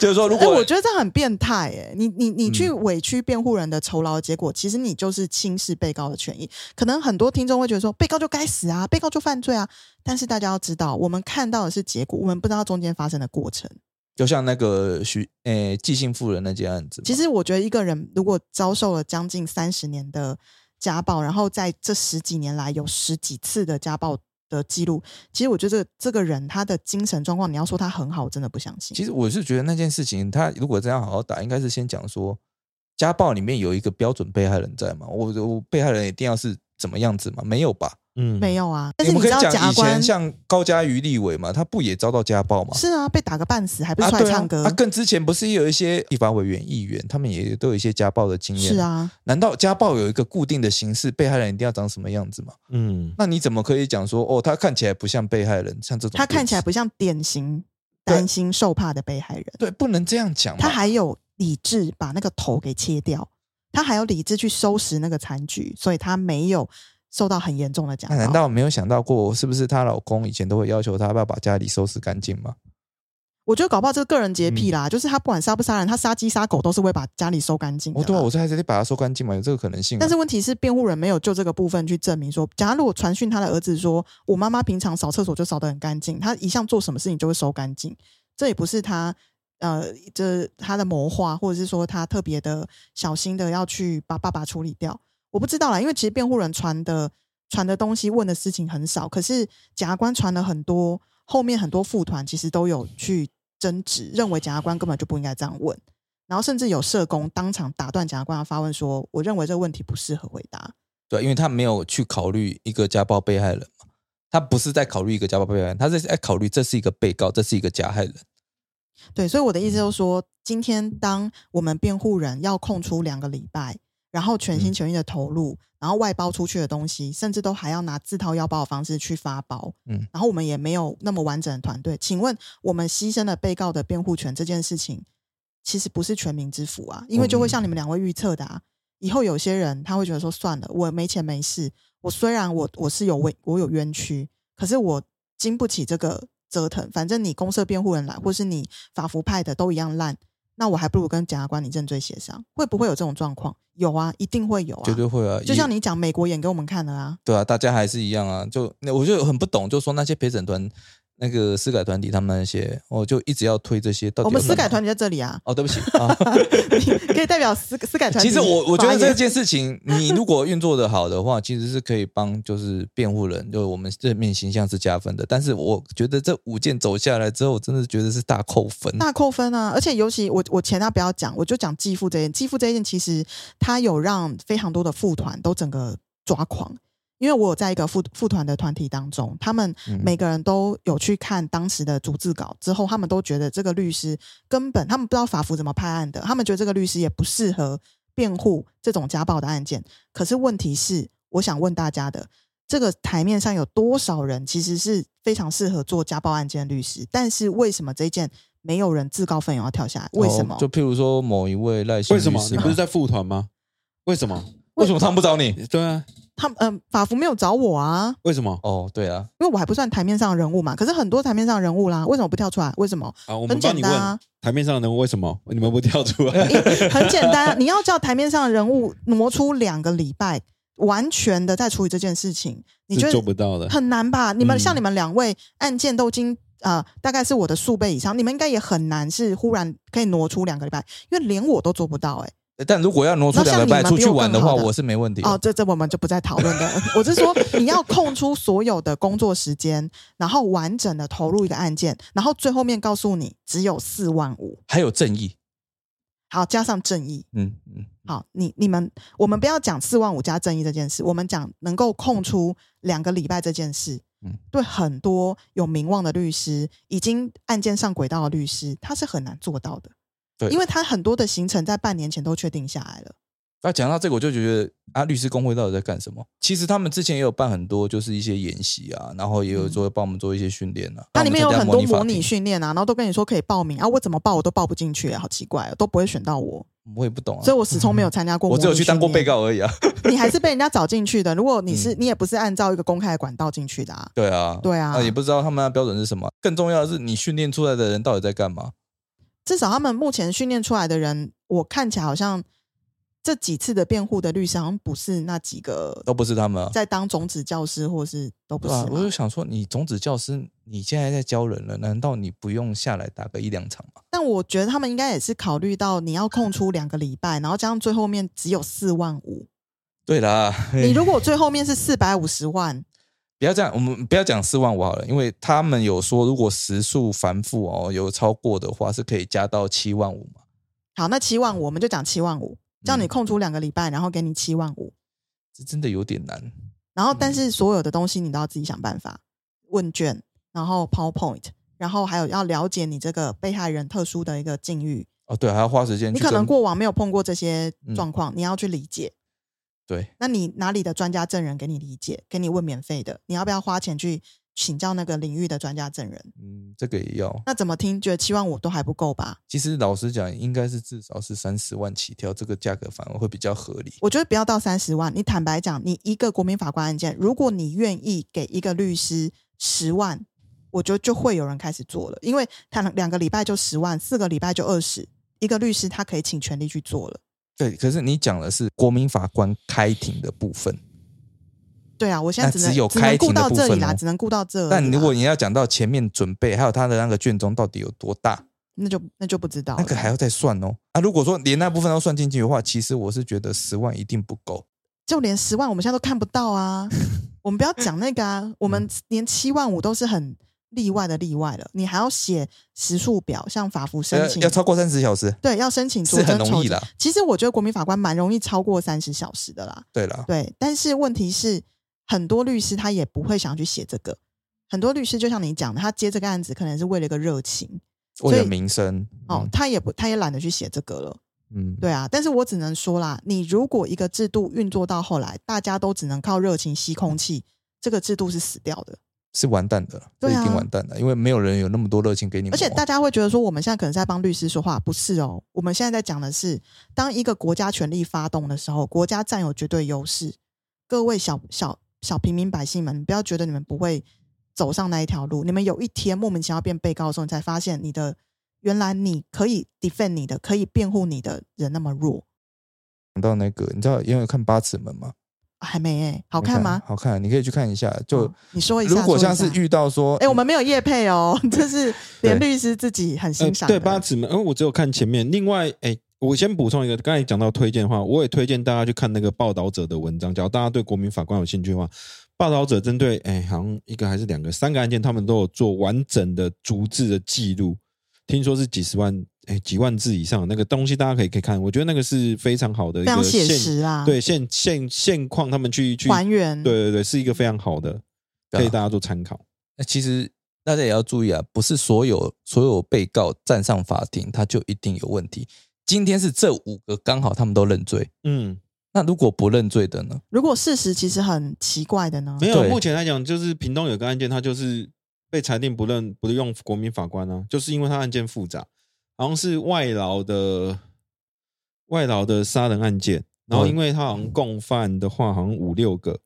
[SPEAKER 1] 就是 <laughs> 说如
[SPEAKER 2] 哎，
[SPEAKER 1] 果、嗯
[SPEAKER 2] 我觉得这很变态哎！你你你去委屈辩护人的酬劳的结果，其实你就是轻视被告的权益。可能很多听众会觉得说，被告就该死啊，被告就犯罪啊。但是大家要知道，我们看到的是结果，我们不知道中间发生的过程。
[SPEAKER 1] 就像那个徐诶即兴妇人那件案子嘛，
[SPEAKER 2] 其实我觉得，一个人如果遭受了将近三十年的家暴，然后在这十几年来有十几次的家暴的记录，其实我觉得这个这个人他的精神状况，你要说他很好，我真的不相信。
[SPEAKER 1] 其实我是觉得那件事情，他如果这样好好打，应该是先讲说家暴里面有一个标准被害人在嘛，我我被害人一定要是怎么样子嘛？没有吧？
[SPEAKER 3] 嗯
[SPEAKER 2] 没
[SPEAKER 3] 有
[SPEAKER 2] 有啊，但
[SPEAKER 1] 你
[SPEAKER 2] 是
[SPEAKER 1] 们
[SPEAKER 2] 知
[SPEAKER 1] 可以
[SPEAKER 2] 道检
[SPEAKER 1] 讲
[SPEAKER 2] 察
[SPEAKER 1] 以
[SPEAKER 2] 官
[SPEAKER 1] 前像高嘉瑜立委嘛，他不也遭到家暴嘛？
[SPEAKER 2] 是啊，被打个半死，还不是
[SPEAKER 1] 啊，
[SPEAKER 2] 出来
[SPEAKER 1] 对啊
[SPEAKER 2] 唱歌？，
[SPEAKER 1] 啊，更之前不是也有一些立法委员、议员，他们也都有一些家暴的经验。
[SPEAKER 2] 是，啊，
[SPEAKER 1] 难道家暴有一个固定的形式，被害人一定要长什么样子吗？
[SPEAKER 3] 嗯，
[SPEAKER 1] 那你怎么可以讲说，哦，他看起来不像被害人，像这种
[SPEAKER 2] 他看起来
[SPEAKER 1] 不
[SPEAKER 2] 不像典型
[SPEAKER 1] 对
[SPEAKER 2] 担心受怕的被害人，
[SPEAKER 1] 对，啊不能这样讲嘛。
[SPEAKER 2] 他还有理智把那个头给切掉，他还有理智去收拾那个残局，所以他没有受到很严重的家暴。
[SPEAKER 1] 那难道没有想到过，是不是她老公以前都会要求她要把家里收拾干净吗？
[SPEAKER 2] 我觉得搞不好这个个人洁
[SPEAKER 1] 嗯
[SPEAKER 2] 癖啦，就是他不管杀不杀人，他杀鸡杀狗都是会把家里收干净
[SPEAKER 1] 哦，
[SPEAKER 2] 的啦。
[SPEAKER 1] 对啊，我说还是得把它收干净嘛，有这个可能性、啊。
[SPEAKER 2] 但是问题是，辩护人没有就这个部分去证明说，假如我传讯他的儿子说，我妈妈平常扫厕所就扫得很干净，她一向做什么事情就会收干净，这也不是他呃，这他的谋划，或者是说他特别的小心的要去把爸爸处理掉，我不知道啦，因为其实辩护人传的传的东西问的事情很少，可是检察官传了很多，后面很多副团其实都有去争执，认为检察官根本就不应该这样问。然后甚至有社工当场打断检察官的发问，说：“我认为这个问题不适合回答。
[SPEAKER 1] 对，因为他没有去考虑一个家暴被害人嘛，他不是在考虑一个家暴被害人，他是在考虑这是一个被告，这是一个加害人。”
[SPEAKER 2] 对，所以我的意思就是说，今天当我们辩护人要空出两个礼拜，然后全心全意的投入，然后外包出去的东西，甚至都还要拿自掏腰包的方式去发包，
[SPEAKER 1] 嗯
[SPEAKER 2] 嗯，然后我们也没有那么完整的团队。请问，我们牺牲了被告的辩护权这件事情，其实不是全民之福啊，因为就会像你们两位预测的啊，以后有些人他会觉得说算了，我没钱没事，我虽然我我是有问我有冤屈，可是我经不起这个折腾，反正你公社辩护人来，或是你法服派的都一样烂，那我还不如跟检察官你认罪协商，会不会有这种状况？有啊，一定会有啊，
[SPEAKER 1] 绝对会啊，
[SPEAKER 2] 就像
[SPEAKER 1] 你。
[SPEAKER 2] 你讲美国演给我们看的啊，
[SPEAKER 1] 对啊，大家还是一样啊。就那我就很不懂，就说那些陪审团、那个司改团体他们那些，我就一直要推这些。到底
[SPEAKER 2] 我们
[SPEAKER 1] 有
[SPEAKER 2] 司改
[SPEAKER 1] 什么
[SPEAKER 2] 团体在这
[SPEAKER 1] <laughs>
[SPEAKER 2] 里啊，
[SPEAKER 1] 哦，对不起啊。
[SPEAKER 2] 可以代表司司 <laughs> 改团体
[SPEAKER 1] 其
[SPEAKER 2] 发言。
[SPEAKER 1] 实我我觉得这件事
[SPEAKER 2] <laughs>
[SPEAKER 1] 情，你如果运作的好的话，其实是可以帮就是辩护人，就是我们正面形象是加分的。但是我觉得这五件走下来之后，我真的觉得是大扣分。
[SPEAKER 2] 大扣分啊！而且尤其我我前他不要讲，我就讲继父这一件，继父这一件其实他有让非常多的副团都整个抓狂，因为我有在一个副副团的团体当中，他们
[SPEAKER 1] 嗯
[SPEAKER 2] 每个人都有去看当时的逐字稿，之后他们都觉得这个律师根本他们不知道法服怎么判案的，他们觉得这个律师也不适合辩护这种家暴的案件。可是问题是，我想问大家的，这个台面上有多少人其实是非常适合做家暴案件的律师？但是为什么这一件没有人自告奋勇要跳下来？为什么？
[SPEAKER 1] 哦就譬如说某一位赖姓
[SPEAKER 3] 为什么
[SPEAKER 1] 律？师
[SPEAKER 3] 你
[SPEAKER 1] 嘛
[SPEAKER 3] 不是在副团吗？为什么？
[SPEAKER 1] 为什么他们不找你？
[SPEAKER 3] 对啊，
[SPEAKER 2] 他们嗯、法服没有找我啊，
[SPEAKER 3] 为什么？
[SPEAKER 1] 哦，对啊，
[SPEAKER 2] 因为我还不算台面上的人物嘛。可是很多台面上的人物啦，为什么不跳出来？为什么？
[SPEAKER 3] 啊，我
[SPEAKER 2] 很
[SPEAKER 3] 们帮
[SPEAKER 2] 简
[SPEAKER 3] 你
[SPEAKER 2] 单
[SPEAKER 3] 问
[SPEAKER 2] 啊哎
[SPEAKER 3] 台面上的人为什么 <laughs> 你们不跳出来？ <laughs>
[SPEAKER 2] 因
[SPEAKER 1] <laughs>
[SPEAKER 2] 为很简单啊，你要叫台面上的人物挪出两个礼拜，完全的在处理这件事情，你觉
[SPEAKER 3] 是
[SPEAKER 2] 得
[SPEAKER 3] 做不到的。
[SPEAKER 2] 很难吧？你们、
[SPEAKER 3] 嗯
[SPEAKER 2] 像你们两位案件都已经呃，大概是我的数倍以上，你们应该也很难是忽然可以挪出两个礼拜，因为连我都做不到哎、
[SPEAKER 1] 但如果要挪出两个礼拜
[SPEAKER 2] 那像你们
[SPEAKER 1] 出去玩的话，
[SPEAKER 2] 比我更好的
[SPEAKER 1] 我是没问题的。
[SPEAKER 2] 哦，这这我们就不再讨论的。 <laughs> 我是说，你要空出所有的工作时间，然后完整的投入一个案件，然后最后面告诉你只有四万五，
[SPEAKER 1] 还有正义，
[SPEAKER 2] 好加上正义，
[SPEAKER 1] 嗯嗯，
[SPEAKER 2] 好，你你们我们不要讲四万五加正义这件事，我们讲能够空出两个礼拜这件事。
[SPEAKER 1] 嗯
[SPEAKER 2] 对很多有名望的律师，已经案件上轨道的律师，他是很难做到的。
[SPEAKER 1] 对
[SPEAKER 2] 因为他很多的行程在半年前都确定下来了。
[SPEAKER 1] 那讲到这个，我就觉得啊，律师工会到底在干什么？其实他们之前也有办很多，就是一些演习啊，然后也有做帮我们做一些训练啊。
[SPEAKER 2] 嗯它里面有很多模拟
[SPEAKER 1] 训，
[SPEAKER 2] 训练啊，然后都跟你说可以报名啊，我怎么报我都报不进去、好奇怪、哦，都不会选到我，
[SPEAKER 1] 我也不懂啊
[SPEAKER 2] 所以，我始终没有参加
[SPEAKER 1] <laughs>
[SPEAKER 2] 过。
[SPEAKER 1] 我只有去当过嗯被，告而已啊。
[SPEAKER 2] <laughs> 你还是被人家找进去的。如果你
[SPEAKER 1] <laughs>
[SPEAKER 2] 是、你也不是按照一个公开的管道进去的啊，
[SPEAKER 1] 对啊，
[SPEAKER 2] 对啊
[SPEAKER 1] 也不知道他们的标准是什么。更重要的是，你训练出来的人到底在干嘛？
[SPEAKER 2] 至少他们目前训练出来的人，我看起来好像这几次的辩护的律师好像不是那几个
[SPEAKER 1] 都不是他们啊。
[SPEAKER 2] 在当种子教师，或是都不
[SPEAKER 1] 对
[SPEAKER 2] 是
[SPEAKER 1] 啊，
[SPEAKER 2] 嘛。
[SPEAKER 1] 我就想说，你种子教师，你现在在教人了，难道你不用下来打个一两场吗？
[SPEAKER 2] 但我觉得他们应该也是考虑到你要空出两个礼拜，然后加上最后面只有四万五，
[SPEAKER 1] 对啦，
[SPEAKER 2] 你如果最后面是四百五十万，
[SPEAKER 1] <laughs> 不要这样，我们不要讲四万五好了，因为他们有说，如果时速繁复哦有超过的话，是可以加到七万五嘛。
[SPEAKER 2] 好，那七万五我们就讲七万五，叫
[SPEAKER 1] 嗯
[SPEAKER 2] 你空出两个礼拜，然后给你七万五，
[SPEAKER 1] 这真的有点难。
[SPEAKER 2] 然后但
[SPEAKER 1] 嗯
[SPEAKER 2] 是所有的东西你都要自己想办法，问卷，然后 PowerPoint。然后还有要了解你这个被害人特殊的一个境遇，
[SPEAKER 1] 哦，对，还要花时间去嗯
[SPEAKER 2] 你
[SPEAKER 1] 跟。
[SPEAKER 2] 可能过往没有碰过这些状况，你要去理解。
[SPEAKER 1] 对，
[SPEAKER 2] 那你哪里的专家证人给你理解，给你问免费的？你要不要花钱去请教那个领域的专家证人？
[SPEAKER 1] 嗯，这个也要。
[SPEAKER 2] 那怎么听？觉得七万五都还不够吧？
[SPEAKER 1] 其实老实讲，应该是至少是三十万起跳，这个价格反而会比较合理。
[SPEAKER 2] 我觉得不要到三十万。你坦白讲，你一个国民法官案件，如果你愿意给一个律师十万，我觉得就会有人开始做了，因为他两个礼拜就十万，四个礼拜就二十，一个律师他可以请全力去做了。
[SPEAKER 1] 对，可是你讲的是国民法官开庭的部分，
[SPEAKER 2] 对啊，我现在
[SPEAKER 1] 那
[SPEAKER 2] 只能
[SPEAKER 1] 只有
[SPEAKER 2] 能
[SPEAKER 1] 开
[SPEAKER 2] 顾
[SPEAKER 1] 庭的
[SPEAKER 2] 到
[SPEAKER 1] 部
[SPEAKER 2] 这里
[SPEAKER 1] 分
[SPEAKER 2] 啦，
[SPEAKER 1] 哦
[SPEAKER 2] 只能顾到这里啦。
[SPEAKER 1] 但如果你要讲到前面准备，还有他的那个卷宗到底有多大，
[SPEAKER 2] 那就那就不知道了
[SPEAKER 1] 那个还要再算哦。啊，如果说连那部分都算进去的话，其实我是觉得十万一定不够。
[SPEAKER 2] 就连十万我们现在都看不到
[SPEAKER 1] <laughs>
[SPEAKER 2] 啊！我们不要讲那个啊，我
[SPEAKER 1] 嗯
[SPEAKER 2] 们连七万五都是很例外的例外了。你还要写时数表，像法服申
[SPEAKER 1] 要
[SPEAKER 2] 请，
[SPEAKER 1] 呃要超过三十小时，
[SPEAKER 2] 对，要申请
[SPEAKER 1] 是
[SPEAKER 2] 酌
[SPEAKER 1] 很
[SPEAKER 2] 增
[SPEAKER 1] 容
[SPEAKER 2] 筹
[SPEAKER 1] 易
[SPEAKER 2] 集。
[SPEAKER 1] 啦。
[SPEAKER 2] 其实我觉得国民法官蛮容易超过三十小时的啦。
[SPEAKER 1] 对啦，
[SPEAKER 2] 对，但是问题是，很多律师他也不会想去写这个。很多律师就像你讲的，他接这个案子可能是为了一个热情所以
[SPEAKER 1] 为了民生
[SPEAKER 2] 哦，，他也不他也懒得去写这个了。
[SPEAKER 1] 嗯，
[SPEAKER 2] 对啊，但是我只能说啦，你如果一个制度运作到后来，大家都只能靠热情吸空气，这个制度是死掉的。
[SPEAKER 1] 是完蛋的，这
[SPEAKER 2] 对
[SPEAKER 1] 一
[SPEAKER 2] 啊
[SPEAKER 1] 定完蛋的，因为没有人有那么多热情给你
[SPEAKER 2] 而
[SPEAKER 1] 磨。
[SPEAKER 2] 且大家会觉得说，我们现在可能是在帮律师说话，不是哦。我们现在在讲的是，当一个国家权力发动的时候，国家占有绝对优势。各位小小小平民百姓们，不要觉得你们不会走上那一条路，你们有一天莫名其妙变被告的时候，你才发现你的原来你可以 defend 你的、可以辩护你的人那么弱，
[SPEAKER 1] 讲到那个，你知道因为看《八尺门》吗？
[SPEAKER 2] 啊还没哎、好看吗？
[SPEAKER 1] 好看，你可以去看一下。就、
[SPEAKER 2] 哦你说一下，
[SPEAKER 1] 如果
[SPEAKER 2] 说
[SPEAKER 1] 像
[SPEAKER 2] 一下
[SPEAKER 1] 是遇到说，
[SPEAKER 2] 哎、我们没有业配
[SPEAKER 3] <laughs>
[SPEAKER 2] 哦，这是连
[SPEAKER 1] 对
[SPEAKER 2] 律师自己很
[SPEAKER 3] 呃
[SPEAKER 2] 欣赏、的
[SPEAKER 3] 对八尺门，因、为我只有看前面。另外，哎、我先补充一个，刚才讲到推荐的话，我也推荐大家去看那个报道者的文章。假如大家对国民法官有兴趣的话，报道者针对哎、好像一个还是两个、三个案件，他们都有做完整的逐字的记录，听说是几十万。哎，几万字以上那个东西，大家可以可以看，我觉得那个是非常好的一
[SPEAKER 2] 非
[SPEAKER 3] 个
[SPEAKER 2] 常写
[SPEAKER 3] 现
[SPEAKER 2] 实啊，
[SPEAKER 3] 对现现现况，他们去去
[SPEAKER 2] 还原，
[SPEAKER 3] 对对对，是一个非常好的，
[SPEAKER 1] 对啊
[SPEAKER 3] 可以大家做参考。
[SPEAKER 1] 那哎其实大家也要注意啊，不是所有所有被告站上法庭，他就一定有问题。今天是这五个刚好他们都认罪，
[SPEAKER 3] 嗯，
[SPEAKER 1] 那如果不认罪的呢？
[SPEAKER 2] 如果事实其实很奇怪的呢
[SPEAKER 3] 没？有，
[SPEAKER 1] 对
[SPEAKER 3] 目前来讲，就是屏东有个案件，他就是被裁定不认不用国民法官啊，就是因为他案件复杂，好像是外劳的外劳的杀人案件，
[SPEAKER 1] 嗯
[SPEAKER 3] 然后因为他好像共犯的话，好像五六个，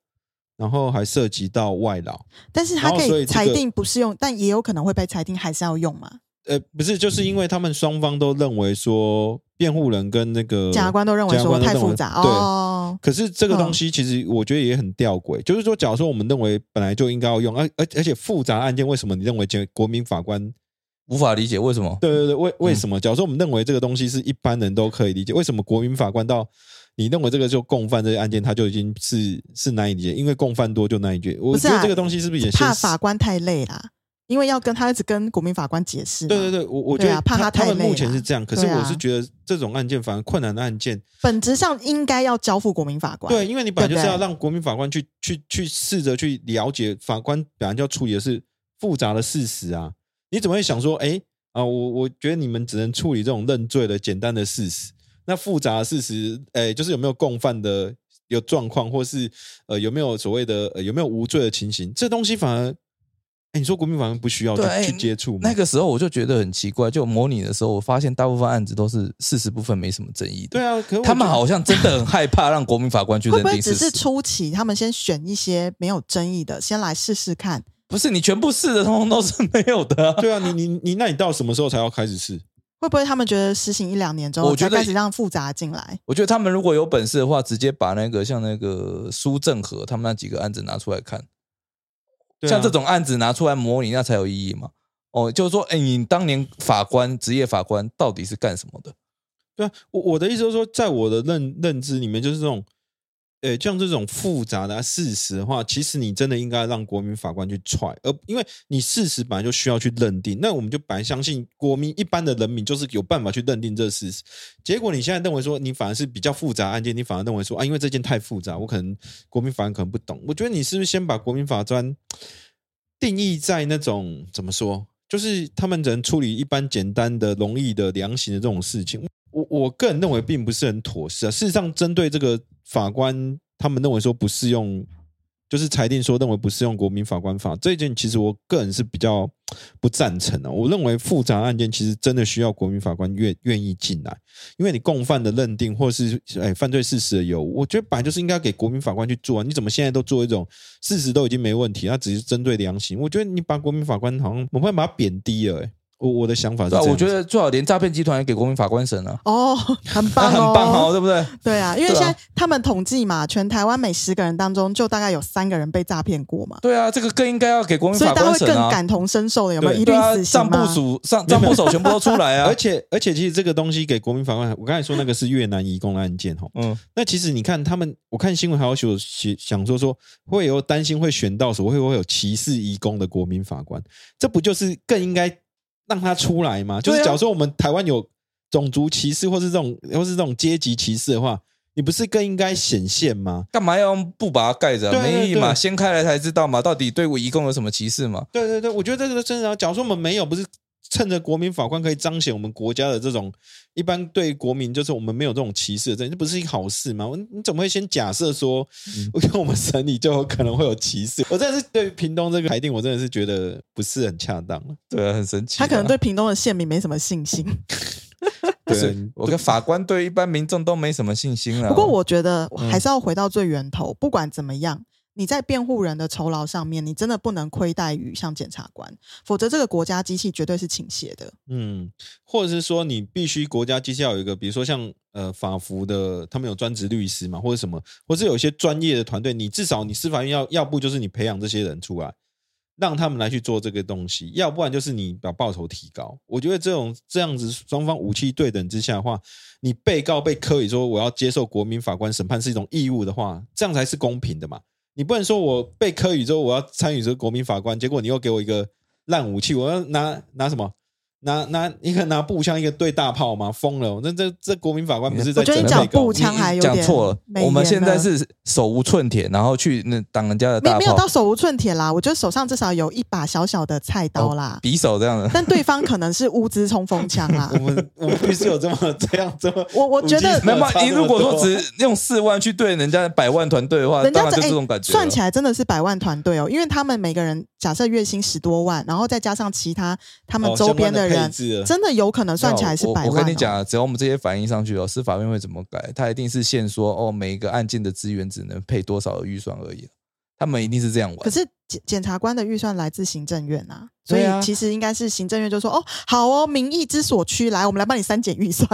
[SPEAKER 3] 然后还涉及到外劳，
[SPEAKER 2] 但是他
[SPEAKER 3] 然后
[SPEAKER 2] 可
[SPEAKER 3] 哦所以
[SPEAKER 2] 以
[SPEAKER 3] 这个
[SPEAKER 2] 裁定不适用，但也有可能会被裁定还是要用嘛？
[SPEAKER 3] 呃，不是，就是因为他们双方都认为说，辩护人跟那个
[SPEAKER 2] 检察官都认为
[SPEAKER 3] 检察
[SPEAKER 2] 说
[SPEAKER 3] 官都
[SPEAKER 2] 太
[SPEAKER 3] 认为
[SPEAKER 2] 复杂
[SPEAKER 3] 对。
[SPEAKER 2] 哦，
[SPEAKER 3] 可是这个东西其实我觉得也很吊诡，就是说，假如说我们认为本来就应该要用，而而而且复杂案件，为什么你认为检国民法官？
[SPEAKER 1] 无法理解为什么？
[SPEAKER 3] 对对对，为为什么？假如说我们认为这个东西是一般人都可以理解，为什么国民法官到你认为这个就共犯这些案件，他就已经是是难以理解，因为共犯多就难以理解。我
[SPEAKER 2] 不是
[SPEAKER 3] 觉
[SPEAKER 2] 啊
[SPEAKER 3] 得这个东西是不是也
[SPEAKER 2] 怕
[SPEAKER 3] 先
[SPEAKER 2] 法官太累啦，因为要跟他一直跟国民法官解释嘛。
[SPEAKER 3] 对对对，我我觉
[SPEAKER 2] 对
[SPEAKER 3] 得
[SPEAKER 2] 啊怕
[SPEAKER 3] 他
[SPEAKER 2] 他太
[SPEAKER 3] 们
[SPEAKER 2] 累
[SPEAKER 3] 目
[SPEAKER 2] 了
[SPEAKER 3] 前是这样，可是
[SPEAKER 2] 对啊
[SPEAKER 3] 我是觉得这种案件反而困难的案件，
[SPEAKER 2] 本质上应该要交付国民法官。
[SPEAKER 3] 对，，因为你本来
[SPEAKER 2] 对
[SPEAKER 3] 就
[SPEAKER 2] 不
[SPEAKER 3] 是要
[SPEAKER 2] 对
[SPEAKER 3] 让国民法官去去去试着去了解，法官本来就要处理的是复杂的事实啊。你怎么会想说，哎啊、我我觉得你们只能处理这种认罪的简单的事实，那复杂的事实，哎，就是有没有共犯的有状况，或是呃有没有所谓的、呃、有没有无罪的情形，这东西反而，哎，你说国民法官不需要去
[SPEAKER 1] 对
[SPEAKER 3] 去接触吗
[SPEAKER 1] 那？个时候我就觉得很奇怪，就模拟的时候，我发现大部分案子都是事实部分没什么争议的。
[SPEAKER 3] 对啊，可是我
[SPEAKER 1] 他们
[SPEAKER 3] 觉得
[SPEAKER 1] 好像真的很害怕让国民法官去
[SPEAKER 2] 会
[SPEAKER 1] 认
[SPEAKER 2] 不会
[SPEAKER 1] 定
[SPEAKER 2] 只
[SPEAKER 1] 事
[SPEAKER 2] 是
[SPEAKER 1] 实。
[SPEAKER 2] 初期他们先选一些没有争议的，先来试试看？
[SPEAKER 1] 不是你全部试的，通通都是没有的啊、
[SPEAKER 3] 对啊，你你你，那你到什么时候才要开始试？
[SPEAKER 2] 会不会他们觉得实行一两年之后
[SPEAKER 1] 我觉
[SPEAKER 2] 才
[SPEAKER 1] 得
[SPEAKER 2] 开始让复杂进来？
[SPEAKER 1] 我觉得他们如果有本事的话，直接把那个像那个苏正和他们那几个案子拿出来看，
[SPEAKER 3] 对啊
[SPEAKER 1] 像这种案子拿出来模拟，那才有意义嘛。哦，就是说，哎，你当年法官、职业法官到底是干什么的？
[SPEAKER 3] 对啊，我我的意思就是说，在我的认认知里面，就是这种，呃，像这种复杂的啊事实的话，其实你真的应该让国民法官去踹，而因为你事实本来就需要去认定，那我们就本来相信国民一般的人民就是有办法去认定这事实，结果你现在认为说你反而是比较复杂案件，你反而认为说啊，因为这件太复杂，我可能国民法官可能不懂，我觉得你是不是先把国民法官定义在那种怎么说？就是他们只能处理一般简单的、容易的、良刑的这种事情，我我个人认为并不是很妥适啊。事实上，针对这个法官，他们认为说不适用，就是裁定说认为不适用国民法官法这一件，其实我个人是比较不赞成的、我认为复杂案件其实真的需要国民法官愿愿意进来，因为你共犯的认定或是哎犯罪事实的有，我觉得本来就是应该给国民法官去做、啊。你怎么现在都做一种事实都已经没问题，那只是针对良刑？我觉得你把国民法官好像我们把它贬低了、欸。我我的想法是这
[SPEAKER 1] 对、啊，
[SPEAKER 3] 样子，
[SPEAKER 1] 我觉得最好连诈骗集团也给国民法官审啊，
[SPEAKER 2] 哦，很
[SPEAKER 1] 那 <laughs>
[SPEAKER 2] 棒
[SPEAKER 1] 很
[SPEAKER 2] 哦，
[SPEAKER 1] 棒哦，对不对？
[SPEAKER 2] 对啊，因为
[SPEAKER 1] 对啊
[SPEAKER 2] 现在他们统计嘛，全台湾每十个人当中，就大概有三个人被诈骗过嘛，
[SPEAKER 1] 对啊，这个更应该要给国民
[SPEAKER 2] 所以
[SPEAKER 1] 法
[SPEAKER 2] 大家
[SPEAKER 1] 官
[SPEAKER 2] 会
[SPEAKER 1] 审
[SPEAKER 2] 更
[SPEAKER 1] 啊。
[SPEAKER 2] 感同身受的，有没有？
[SPEAKER 3] 对
[SPEAKER 2] 一
[SPEAKER 1] 对
[SPEAKER 2] 律
[SPEAKER 1] 啊，
[SPEAKER 2] 死刑
[SPEAKER 1] 账部
[SPEAKER 2] 吗？
[SPEAKER 1] 署上账部手全部都出来 <laughs> 啊
[SPEAKER 3] 而。且而且，其实这个东西给国民法官，我刚才说那个是越南移工的案件吼。
[SPEAKER 1] 嗯，
[SPEAKER 3] 那其实你看他们，我看新闻还有有写想说说会有担心会选到所谓会不会有歧视移工的国民法官，这不就是更应该让他出来吗？就是
[SPEAKER 1] 对啊
[SPEAKER 3] 假如说我们台湾有种族歧视或是这种或是这种阶级歧视的话，你不是更应该显现吗？
[SPEAKER 1] 干嘛要用布把它盖着啊、
[SPEAKER 3] 对对
[SPEAKER 1] 没意义嘛，
[SPEAKER 3] 对
[SPEAKER 1] 掀开来才知道嘛，到底对我一共有什么歧视嘛？
[SPEAKER 3] 对对对，我觉得这个真的啊，假如说我们没有，不是趁着国民法官可以彰显我们国家的这种一般对国民，就是我们没有这种歧视的这这不是一个好事吗？我你怎么会先假设说，我看我们审理就有可能会有歧视？我真的是对屏东这个裁定，我真的是觉得不是很恰当了。
[SPEAKER 1] 对啊，很神奇啊。
[SPEAKER 2] 他可能对屏东的县民没什么信
[SPEAKER 1] <laughs>
[SPEAKER 2] 心。
[SPEAKER 1] 不 <laughs>
[SPEAKER 3] 对
[SPEAKER 1] 是，我跟法官对一般民众都没什么信心啊了。
[SPEAKER 2] 不过我觉得
[SPEAKER 1] 嗯
[SPEAKER 2] 还是要回到最源头，不管怎么样，你在辩护人的酬劳上面，你真的不能亏待于像检察官，否则这个国家机器绝对是倾斜的。
[SPEAKER 3] 嗯，或者是说你必须国家绩效有一个，比如说像呃法服的，他们有专职律师嘛，或者什么，或是有一些专业的团队，你至少你司法院要要不就是你培养这些人出来，让他们来去做这个东西，要不然就是你把报酬提高。我觉得这种这样子双方武器对等之下的话，你被告被科以说我要接受国民法官审判是一种义务的话，这样才是公平的嘛。你不能说我被科以之后我要参与这个国民法官，结果你又给我一个烂武器，我要拿拿什么？拿拿一个拿步枪，一个对大炮吗？疯了！那这这国民法官不是在
[SPEAKER 2] 我觉得
[SPEAKER 3] 整
[SPEAKER 2] 你
[SPEAKER 3] 被
[SPEAKER 2] 讲
[SPEAKER 3] 告
[SPEAKER 2] 步
[SPEAKER 3] 吗
[SPEAKER 2] 枪还有
[SPEAKER 1] 讲
[SPEAKER 2] 点
[SPEAKER 1] 错了，
[SPEAKER 2] 美
[SPEAKER 1] 我们
[SPEAKER 2] 言
[SPEAKER 1] 现在
[SPEAKER 2] 了
[SPEAKER 1] 是手无寸铁，然后去那挡人家的
[SPEAKER 2] 没
[SPEAKER 1] 大
[SPEAKER 2] 没有
[SPEAKER 1] 呃炮
[SPEAKER 2] 到，手无寸铁啦，我觉得手上至少有一把小小的菜刀啦，
[SPEAKER 1] 匕首这样的。
[SPEAKER 2] 但对方可能是乌兹冲锋枪
[SPEAKER 1] <laughs>
[SPEAKER 2] 啊啦
[SPEAKER 3] 我。们我们必须有这么这样这么
[SPEAKER 2] <laughs> 我我觉得
[SPEAKER 3] 武器
[SPEAKER 1] 没有嘛
[SPEAKER 3] 差这么
[SPEAKER 1] 你如果说
[SPEAKER 3] 多
[SPEAKER 1] 只用四万去对人家的百万团队
[SPEAKER 3] 啊
[SPEAKER 1] 的话，
[SPEAKER 2] 人
[SPEAKER 1] 当
[SPEAKER 2] 家
[SPEAKER 1] 然就
[SPEAKER 2] 这
[SPEAKER 1] 这
[SPEAKER 2] 哎
[SPEAKER 1] 种感觉了。
[SPEAKER 2] 算起来真的是百万团队哦，因为他们每个人假设月薪十多万，然后再加上其他他们
[SPEAKER 3] 哦
[SPEAKER 2] 周
[SPEAKER 3] 相
[SPEAKER 2] 边
[SPEAKER 3] 关
[SPEAKER 2] 的
[SPEAKER 3] 配
[SPEAKER 2] 人，
[SPEAKER 3] 置了
[SPEAKER 2] 真的有可能算起来是
[SPEAKER 1] 我
[SPEAKER 2] 百万、哦
[SPEAKER 1] 我跟你讲啊，只要我们这些反映上去哦，司法院会怎么改？他一定是限说哦，每一个案件的资源只能配多少的预算而已。他们一定是这样玩。
[SPEAKER 2] 可是检检察官的预算来自行政院啊，所
[SPEAKER 1] 对
[SPEAKER 2] 以
[SPEAKER 1] 啊
[SPEAKER 2] 其实应该是行政院就说、哦，好哦，民意之所趋，来，我们来帮你删减预
[SPEAKER 3] <laughs>
[SPEAKER 2] 算，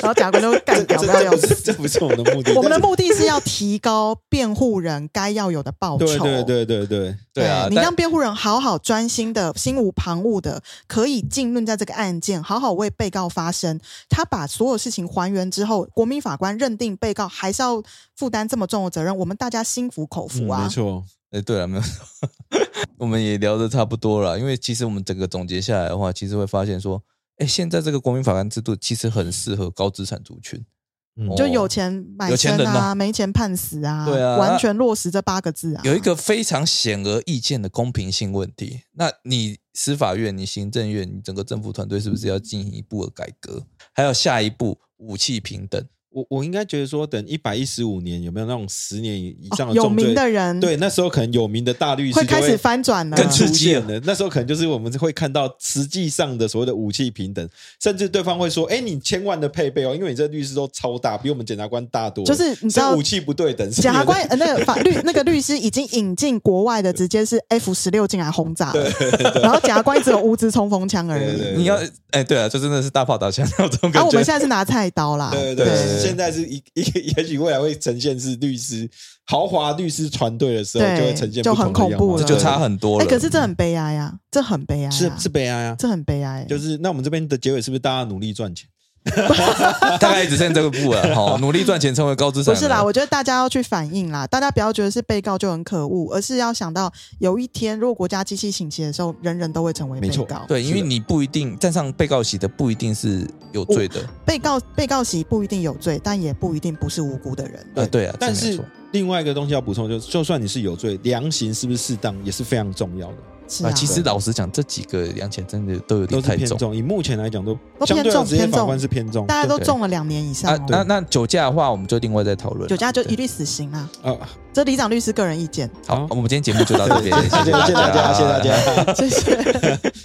[SPEAKER 2] 然后检察官就干掉，不要
[SPEAKER 3] 这
[SPEAKER 2] 要
[SPEAKER 3] 不是
[SPEAKER 2] 死。
[SPEAKER 3] 这不是我们的目的，
[SPEAKER 2] 我们的
[SPEAKER 3] 但是
[SPEAKER 2] 目的是要提高辩护人该要有的报酬。
[SPEAKER 3] 对对对对对，
[SPEAKER 1] 对啊，
[SPEAKER 2] 哎你
[SPEAKER 1] 但
[SPEAKER 2] 让辩护人好好专心的、心无旁骛的，可以浸润在这个案件，好好为被告发声。他把所有事情还原之后，国民法官认定被告还是要负担这么重的责任，我们大家心服口服
[SPEAKER 3] 嗯
[SPEAKER 2] 啊。
[SPEAKER 3] 没错，
[SPEAKER 1] 哎，对了，没有错， <laughs> 我们也聊得差不多了。因为其实我们整个总结下来的话，其实会发现说，哎，现在这个国民法官制度其实很适合高资产族群。
[SPEAKER 3] 嗯
[SPEAKER 1] 哦
[SPEAKER 2] 就有钱买
[SPEAKER 1] 有钱
[SPEAKER 2] 身
[SPEAKER 1] 人
[SPEAKER 2] 啊，
[SPEAKER 1] 呐
[SPEAKER 2] 没钱判死啊，
[SPEAKER 1] 对啊
[SPEAKER 2] 完全落实这八个字啊。
[SPEAKER 1] 有一个非常显而易见的公平性问题。那你司法院、你行政院、你整个政府团队是不是要进行一步的改革？还有下一步武器平等？
[SPEAKER 3] 我我应该觉得说，等一百一十五年有没有那种十年以上
[SPEAKER 2] 哦
[SPEAKER 3] 的
[SPEAKER 2] 有
[SPEAKER 3] 重罪？
[SPEAKER 2] 名的人
[SPEAKER 3] 对，那时候可能有名的大律师
[SPEAKER 2] 会
[SPEAKER 3] 就
[SPEAKER 2] 开始翻转了，
[SPEAKER 3] 更
[SPEAKER 1] 出
[SPEAKER 3] 出
[SPEAKER 1] 现
[SPEAKER 3] 现了。那时候可能就是我们会看到实际上的所谓的武器平等，甚至对方会说：“哎，你千万的配备哦，因为你这律师都超大，比我们检察官大多了。”
[SPEAKER 2] 就是你知道
[SPEAKER 3] 武器不对等，是
[SPEAKER 2] 检察官
[SPEAKER 3] 有
[SPEAKER 2] 呃那个法律那个律师已经引进国外的，直接是 F 十六进来轰炸了，然后检察官只有乌兹冲锋枪而
[SPEAKER 3] 对对
[SPEAKER 2] 已。
[SPEAKER 3] 对
[SPEAKER 1] 你要哎，对啊，这真的是大炮打枪那种
[SPEAKER 2] 然
[SPEAKER 1] 感
[SPEAKER 2] 啊后我
[SPEAKER 1] 觉
[SPEAKER 2] 们现。在是拿菜刀啦，
[SPEAKER 3] 对对对，现在是一 <laughs> 一个，也许未来会呈现是律师豪华律师团队的时候，
[SPEAKER 2] 对
[SPEAKER 3] 就会呈现
[SPEAKER 2] 就
[SPEAKER 3] 不同
[SPEAKER 2] 很
[SPEAKER 3] 的
[SPEAKER 2] 恐
[SPEAKER 3] 样
[SPEAKER 2] 怖
[SPEAKER 3] 貌
[SPEAKER 1] 这
[SPEAKER 2] 了
[SPEAKER 1] 就差很多
[SPEAKER 2] 哎，
[SPEAKER 1] 了。
[SPEAKER 2] 可是这很悲哀啊，这很悲哀啊，
[SPEAKER 3] 是是悲哀啊。
[SPEAKER 2] 这很悲哀，
[SPEAKER 3] 就是那我们这边的结尾是不是大家努力赚钱？
[SPEAKER 1] 大概只剩这个步
[SPEAKER 2] <laughs>
[SPEAKER 1] 了，好，努力赚钱成为高资产人。
[SPEAKER 2] 不
[SPEAKER 3] 啊
[SPEAKER 2] 是啦，我觉得大家要去反映啦，大家不要觉得是被告就很可恶，而是要想到有一天如果国家机器倾斜的时候，人人都会成为被
[SPEAKER 3] 没错
[SPEAKER 2] 告。
[SPEAKER 1] 对，因为你不一定站上被告席的，不一定是有罪的。
[SPEAKER 2] 被告被告席不一定有罪，但也不一定不是无辜的人。
[SPEAKER 1] 啊，对啊，
[SPEAKER 3] 哦但
[SPEAKER 1] 没
[SPEAKER 3] 是
[SPEAKER 1] 错
[SPEAKER 3] 另外一个东西要补充，就是就算你是有罪，量刑是不是适当也是非常重要的，
[SPEAKER 2] 是
[SPEAKER 1] 啊，
[SPEAKER 2] 啊，
[SPEAKER 1] 其实老实讲，这几个两钱真的都有
[SPEAKER 3] 都
[SPEAKER 1] 点
[SPEAKER 3] 是
[SPEAKER 1] 太
[SPEAKER 3] 偏
[SPEAKER 1] 重。
[SPEAKER 3] 重。以目前来讲，都
[SPEAKER 2] 都
[SPEAKER 3] 相
[SPEAKER 2] 偏
[SPEAKER 3] 对
[SPEAKER 2] 重
[SPEAKER 3] 而职业
[SPEAKER 2] 偏
[SPEAKER 3] 法官
[SPEAKER 2] 重
[SPEAKER 3] 是，偏重。
[SPEAKER 2] 大家都
[SPEAKER 1] 对
[SPEAKER 2] 中了两年以上
[SPEAKER 1] 啊，那
[SPEAKER 2] 哦。
[SPEAKER 1] 那酒驾的话，我们就另外再讨论了。
[SPEAKER 2] 酒驾就
[SPEAKER 1] 对
[SPEAKER 2] 一律死刑啊！
[SPEAKER 3] 啊，
[SPEAKER 2] 这李长律师个人意见，
[SPEAKER 1] 好，我们今天节目就到这边，
[SPEAKER 3] <laughs> 谢谢
[SPEAKER 1] 大 <laughs>
[SPEAKER 3] 大家，谢谢大家。
[SPEAKER 2] 谢谢。